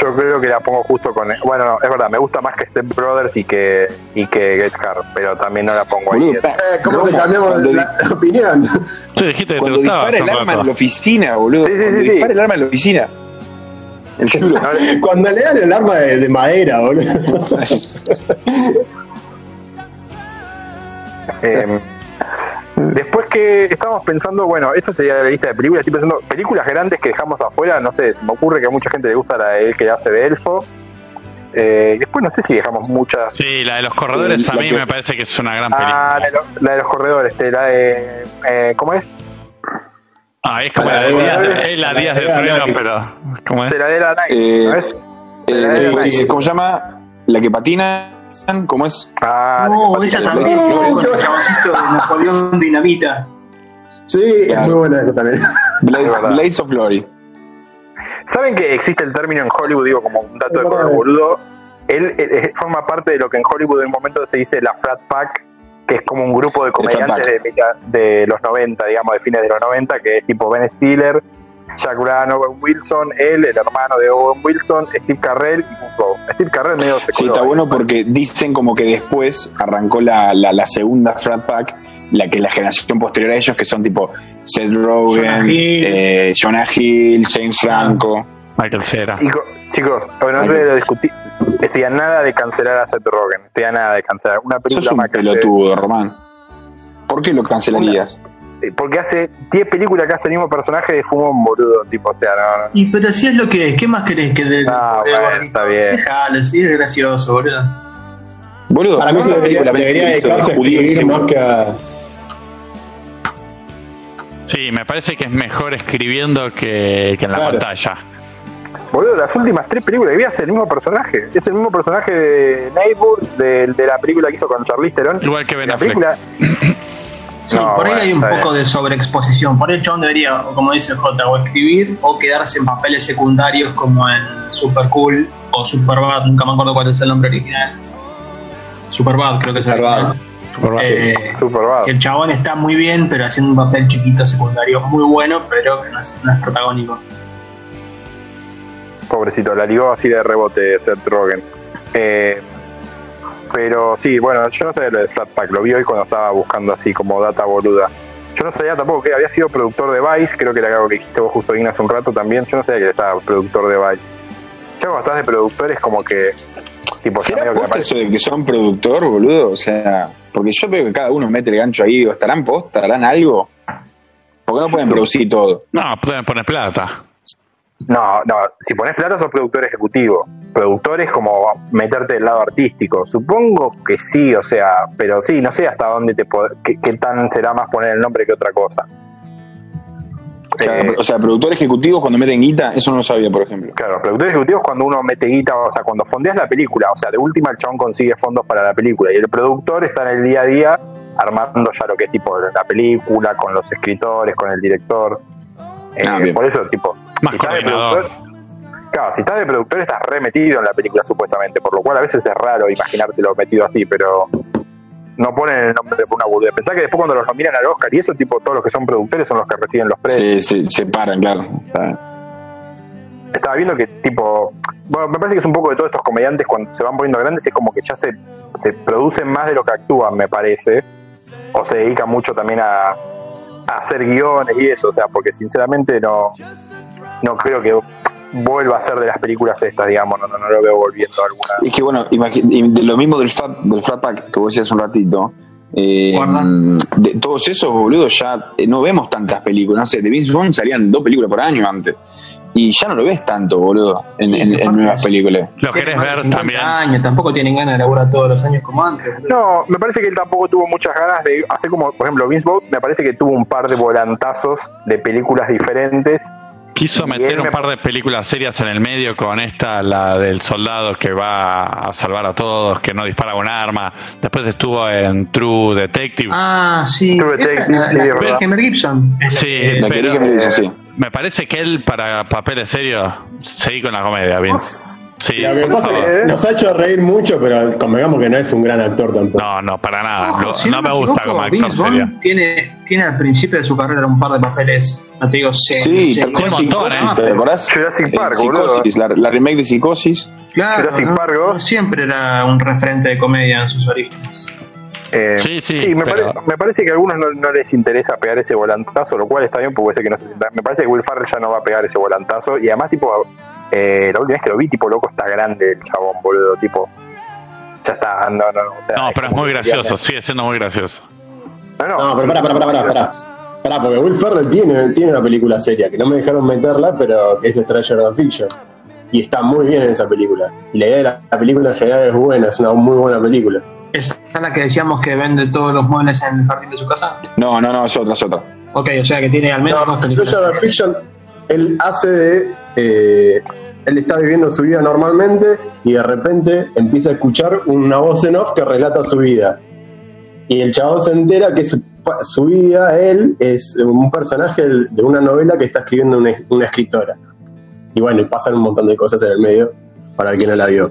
Yo creo que la pongo justo con. Bueno, no, es verdad, me gusta más que Step Brothers y que, y que Get Hard, pero también no la pongo ahí. Boludo, pa- Eh, ¿Cómo te Romo, cambiamos cuando, la opinión? Sí, dijiste que te cuando gustaba. dispara el San arma Rafa. en la oficina, boludo. Sí, sí, cuando sí, sí. dispara el arma en la oficina. El chulo. No, no, Cuando le dan el arma de, de madera, boludo. Eh, después que estamos pensando, bueno, esta sería la lista de películas. Estoy pensando películas grandes que dejamos afuera. No sé, se me ocurre que a mucha gente le gusta la de él que hace de elfo. Eh, después no sé si dejamos muchas. Sí, la de los corredores a La mí que- me parece que es una gran película. Ah, la de, lo- la de los corredores, este, la de. eh, ¿Cómo es? Ah, es como la La de- Díaz de, es la la Díaz de- de la de- Trueno, pero. ¿Cómo es? De la de la Nike, Eh, ¿no es? Eh, Sí, sí, ¿Cómo se llama? La que patina. ¿Cómo es? Ah, la No, que esa la también, leche. con el cabacito de Napoleón Dinamita. Sí, es Claro. muy buena esa también. Blades, verdad. Blades of Glory. ¿Saben que existe el término en Hollywood, digo, como un dato de Es color verdad. boludo? Él, eh, eh, forma parte de lo que en Hollywood en un momento se dice la Frat Pack, que es como un grupo de comediantes de, Pack. mitad- de los 90, digamos, de fines de los 90, que es tipo Ben Stiller, Jack Brown, Owen Wilson, él, el hermano de Owen Wilson, Steve Carrell y un poco. Steve Carrell medio se Sí, coló eh. está ahí. bueno porque dicen como que después arrancó la, la, la segunda Frat Pack, la que la generación posterior a ellos, que son tipo Seth Rogen, Jonah Hill. Ah. eh, Jonah Hill, James Franco. Michael Cera. Chico- chicos, bueno, no lo discutí. Estoy a nada de cancelar a Seth Rogen. Estoy a nada de cancelar. Una película Sos un más que- pelotudo, Román. ¿Por qué lo cancelarías? Eh, Porque hace 10 películas que hace el mismo personaje de fumón, boludo. Tipo, o sea, no, no. Y pero si es lo que es, ¿qué más querés que de Ah, de- bueno, de- está bien. Dejalo, sí, es gracioso, boludo. Boludo, Para mí ¿cuál se es la debería, película debería que hizo de dedicarse a judío escribir ese más boludo? que a... Sí, me parece que es mejor escribiendo que, que en la Claro. pantalla. Boludo, las últimas tres películas que vi hace el mismo personaje. Es el mismo personaje de Neighbor, de, de la película que hizo con Charlize Theron. Igual que Ben la Affleck. película, Sí, No, por ahí bueno, hay un está poco de sobreexposición. Por ahí el chabón debería, o como dice J, o escribir o quedarse en papeles secundarios como en Super Cool o Superbad, nunca me acuerdo cuál es el nombre original. Superbad, creo que es el Superbad. original. Eh, Superbad. el chabón está muy bien, pero haciendo un papel chiquito secundario muy bueno, pero que no es, no es protagónico. Pobrecito, la ligó así de rebote Seth Rogen. Eh, pero sí, bueno, yo no sé lo de Flat Pack, lo vi hoy cuando estaba buscando así como data boluda. Yo no sabía tampoco que había sido productor de Vice, creo que era algo que dijiste vos justo Igna hace un rato también, yo no sabía que estaba productor de Vice. Yo cuando estás de productor es como que... Tipo, ya ¿Será medio que posta aparece- eso de que son productor, boludo? O sea, porque yo veo que cada uno mete el gancho ahí, digo, ¿estarán posta? ¿Harán algo? Porque no pueden producir todo. No, pueden poner plata. No, no, si pones plata sos productor ejecutivo. Productor es como meterte del lado artístico. Supongo que sí, o sea, pero sí, no sé hasta dónde te pod- qué, qué tan será más poner el nombre que otra cosa. O sea, Eh, o sea, productor ejecutivo cuando meten guita, eso no lo sabía, por ejemplo. Claro, productor ejecutivo es cuando uno mete guita, o sea, cuando fondeas la película, o sea, de última el chabón consigue fondos para la película y el productor está en el día a día armando ya lo que es tipo la película, con los escritores, con el director. Eh, Ah, bien. por eso, tipo, Más estás de coordinador. claro, si estás de productor estás remetido en la película supuestamente, por lo cual a veces es raro imaginártelo metido así, pero no ponen el nombre por una burbuja. Pensá que después cuando los nominan al Oscar y eso, tipo, todos los que son productores son los que reciben los premios. Se, se, se paran, claro. Está- estaba viendo que tipo bueno me parece que es un poco de todos estos comediantes cuando se van poniendo grandes es como que ya se, se producen más de lo que actúan me parece o se dedican mucho también a, a hacer guiones y eso o sea porque sinceramente no no creo que vuelva a ser de las películas estas digamos no, no, no lo veo volviendo a alguna Es que bueno, imagi- y de lo mismo del Fat, del fat Pack que vos decías un ratito. eh, Guarda. de todos esos boludos ya eh, no vemos tantas películas. No sé, de Vince Vaughn salían dos películas por año antes. Y ya no lo ves tanto, boludo, en, en- en nuevas películas. Lo Tiene querés más de ver 50 también. años, tampoco tienen ganas de laburar todos los años como antes. boludo. no me parece que él tampoco tuvo muchas ganas de hacer como por ejemplo Vince Vaughn me parece que tuvo un par de volantazos de películas diferentes Quiso Y meter él un me- par de películas serias en el medio con esta, la del soldado que va a salvar a todos, que no dispara con arma. Después estuvo en True Detective. Ah, sí. True Esa es Detective, la, sí, la es que verdad. ve Mel Gibson. Eh, Es la Sí, que- La pero- querés que me dice, sí. Me parece que él, para papeles serios, seguí con la comedia, Vince. Sí, Lo que Eh, por pasa es favor. que nos ha hecho reír mucho, pero convengamos que no es un gran actor tampoco. No, no, para nada. Ojo, Ah, no si no me gusta equivoco, como actor Vince Vaughn sería. tiene, tiene al principio de su carrera un par de papeles, no te digo, sé, Sí, sé, tocó un montón, Psicosis, ¿eh? ¿te acordás? Jurassic Eh, Park, Psicosis, la, la remake de Psicosis. claro, Jurassic no, Park, ¿no? no siempre era un referente de comedia en sus orígenes. Eh, Sí, sí, me, pero- pare- me parece que a algunos no, no les interesa pegar ese volantazo, lo cual está bien porque sé que no se sienta- Me parece que Will Farrell ya no va a pegar ese volantazo. Y además, tipo, eh, la última vez que lo vi, tipo, loco, está grande el chabón, boludo. Tipo, ya está, no, no. o sea, No, pero es como muy que- gracioso, sigue siendo muy gracioso. No, no, Eh, No, pero pará, pará, pará, pará, pará. Pará, porque Will Ferrell tiene, tiene una película seria, que no me dejaron meterla, pero que es Stranger Than Fiction. Y está muy bien en esa película. Y la idea de la, la película en realidad es buena, es una muy buena película. ¿Esta es la que decíamos que vende todos los muebles en el jardín de su casa? No, no, no, es otra, es otra. Ok, o sea que tiene al menos dos Stranger películas. Than Fiction, él hace de... eh, él está viviendo su vida normalmente y de repente empieza a escuchar una voz en off que relata su vida. Y el chabón se entera que su, pa- su vida, él, es un personaje del- de una novela que está escribiendo una, una escritora. Y bueno, y pasan un montón de cosas en el medio para el que no la vio.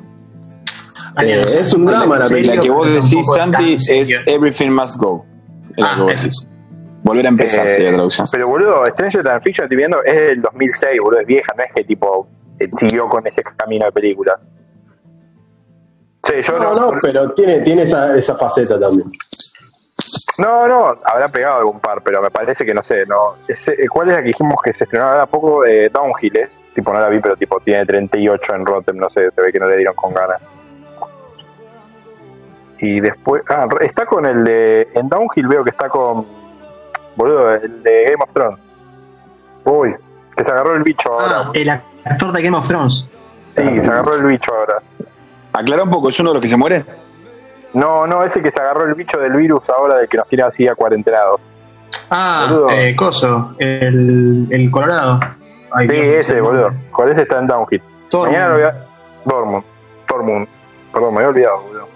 Ay, Eh, no sé. es un drama la ¿En serio? película. La que vos pero decís, tampoco es tan Santi, es serio. Everything Must Go. Es la Ah, que vos esa. decís. Volver a empezar, Eh, sería la traducción. Pero boludo, Stranger Than Fiction, estoy viendo, es del 2006, boludo, es vieja, no es que tipo eh, siguió con ese camino de películas. Sí, yo No, no, no, pero tiene, tiene esa, esa faceta también. no, no, habrá pegado algún par, pero me parece que no sé, no. Ese- eh, ¿Cuál es la que dijimos que se estrenó ahora poco? Eh, Downhill es, tipo no la vi, pero tipo tiene 38 en Rotten, no sé, se ve que no le dieron con ganas. Y después, ah, está con el de, en Downhill veo que está con, boludo, el de Game of Thrones. Uy, que se agarró el bicho ahora. Ah, el actor de Game of Thrones. Sí, se agarró el bicho ahora. Aclara un poco, ¿es uno de los que se muere? No, no, ese que se agarró el bicho del virus ahora del que nos tiene así a cuarentenados. Ah, Boludo. eh, Coso, el, el Colorado. Ay, Sí, Dios, no sé ese, el nombre. boludo. Con ese está en Downhill. Tormund. Mañana lo voy a... Dortmund. Dortmund. Perdón, me había olvidado, boludo.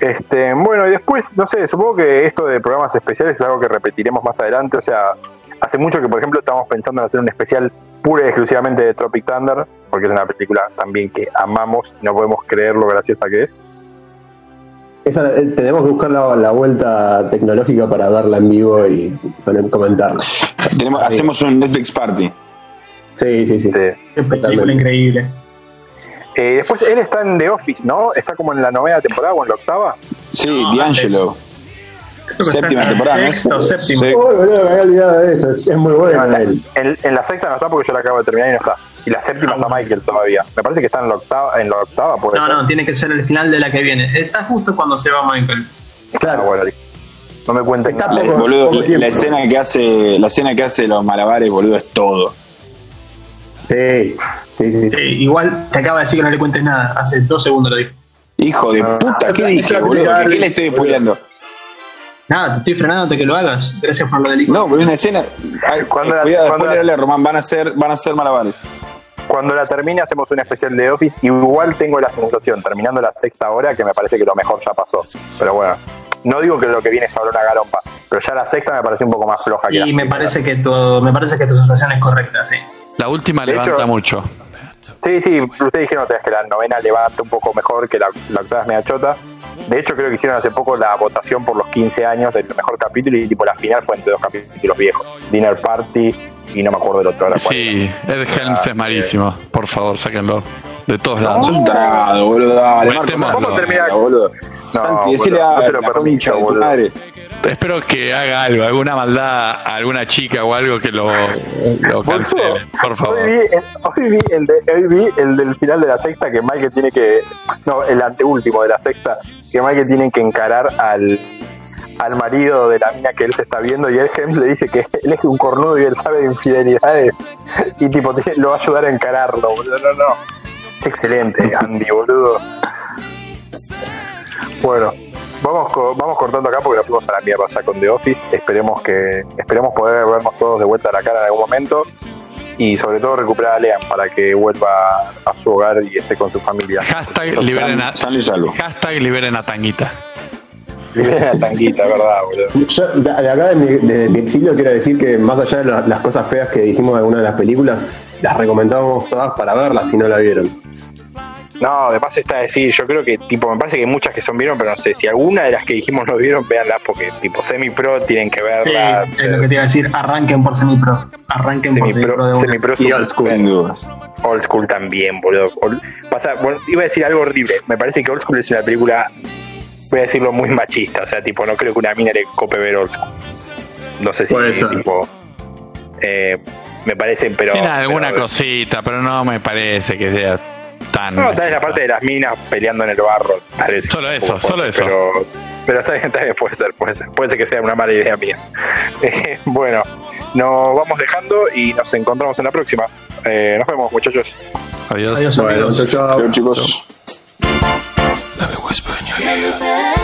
Este, bueno, y después, no sé, supongo que esto de programas especiales es algo que repetiremos más adelante. O sea, hace mucho que, por ejemplo, estamos pensando en hacer un especial pura y exclusivamente de Tropic Thunder, porque es una película también que amamos y no podemos creer lo graciosa que es. Esa, eh, tenemos que buscar la, la vuelta tecnológica para verla en vivo y poner- comentarla. Tenemos, Ahí. hacemos un Netflix Party. Sí, sí, sí. Este, Qué película Totalmente. increíble. Eh, después él está en The Office, ¿no? Está como en la novena temporada o en la octava. Sí, No, D'Angelo. Creo que <laughs> Séptima está en temporada, ¿no? Sexto, séptimo. Sí. Uy, boludo, me había olvidado de eso. Es muy bueno en, él. en- en la sexta no está porque yo la acabo de terminar y no está. Y la séptima está Michael todavía. Me parece que está en la octava, en la octava puede No, ser. no, tiene que ser el final de la que viene. Está justo cuando se va Michael. Ah, Claro. bueno, listo. no me cuenten Está nada. La, Poco- Eh, boludo, poco la- tiempo. la escena que hace, la escena que hace los malabares, boludo, es todo. Sí, sí, sí. Sí, igual te acaba de decir que no le cuentes nada. Hace dos segundos lo dijo. Hijo de Ah. puta, ¿qué Esa- dije, esa boludo? triada, ¿Qué le estoy boludo. spoileando? Nada, te estoy frenándote que lo hagas. Gracias por lo del hijo. No, pero es una escena. Ay, ¿Cuándo eh, la- cuidado, cuándo después la- le habla a Román, van a ser, van a ser malabares. Cuando la termine hacemos un especial de Office. Igual tengo la sensación, terminando la sexta hora, que me parece que lo mejor ya pasó. Pero bueno, no digo que lo que viene es ahora una garompa, pero ya la sexta me parece un poco más floja que la Y me primera. parece que tu, me parece que tu sensación es correcta, sí. La última De levanta hecho- mucho. Sí, sí, ustedes dijeron otra vez que la novena levanta un poco mejor, que la, la octava es media chota. De hecho, creo que hicieron hace poco la votación por los 15 años del mejor capítulo y tipo la final fue entre dos capítulos viejos. Dinner Party y no me acuerdo del otro. ahora cuál era. Sí, Ed Helms Ah, es malísimo. Por favor, sáquenlo. De todos lados. Sos un tragado, boludo. Dale, Ah. Buen Marco, tema, Marco, no. termina, boludo. Santi, decile boludo, a no te lo la permito, concha de tu boludo. madre. Espero que haga algo, alguna maldad a alguna chica o algo que lo, lo Boludo, cancele. Por Hoy vi, favor. el, hoy vi el de- hoy vi el del final de la sexta que Michael tiene que. No, el anteúltimo de la sexta. Que Michael tiene que encarar al, al marido de la mina que él se está viendo. Y él Helms le dice que <laughs> él es un cornudo y él sabe de infidelidades. Y tipo, <laughs> te- lo va a ayudar a encararlo, boludo. No, no. Es excelente, Andy, boludo. Bueno. Vamos, co- vamos cortando acá porque nos fuimos a la mierda ya con The Office. Esperemos que esperemos poder vernos todos de vuelta a la cara en algún momento y sobre todo recuperar a Lean para que vuelva a su hogar y esté con su familia. Hashtag liberen a, San, San Luis Salvo. hashtag liberen a Tanguita. Libera la tanguita, ¿verdad, boludo? Yo, de de acá de mi, de mi exilio, quiero decir que más allá de la- las cosas feas que dijimos de alguna de las películas, las recomendamos todas para verlas si no la vieron. No, además está decir, yo creo que, tipo, me parece que muchas que son vieron, pero no sé, si alguna de las que dijimos no vieron, véanlas porque, tipo, semi-pro tienen que Sí, verla. eh, es lo que te iba a decir. Arranquen por semipro. Arranquen por semipro de Semi-pro, una. semi-pro Y es old un- school, sin dudas. Old School también, boludo. Old- pasa- bueno, iba a decir algo horrible. Me parece que Old School es una película, voy a decirlo, muy machista. O sea, tipo, no creo que una mina le cope ver Old School. No sé si, Puede ser. tipo. eh, me parece, pero. Tiene alguna pero- cosita, pero no me parece que sea tan. No, tal vez la parte de las minas peleando en el barro. tal vez. Solo eso, solo eso. Pero, pero está bien, está bien, puede ser, puede ser. Puede ser que sea una mala idea mía. <laughs> Eh, bueno, nos vamos dejando y nos encontramos en la próxima. Eh, nos vemos, muchachos. Adiós. Adiós, Bueno, amigos. chao, chao. Pero chicos. Let me whisper in your ear.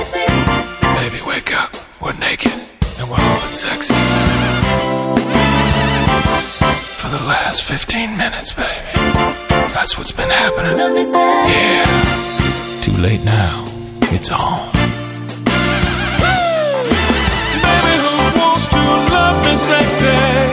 Baby, wake up. We're naked and we're all sexy. For the last 15 minutes, baby. That's what's been happening. Yeah. Too late now. It's on. Baby, who wants to love me sexy? Uh,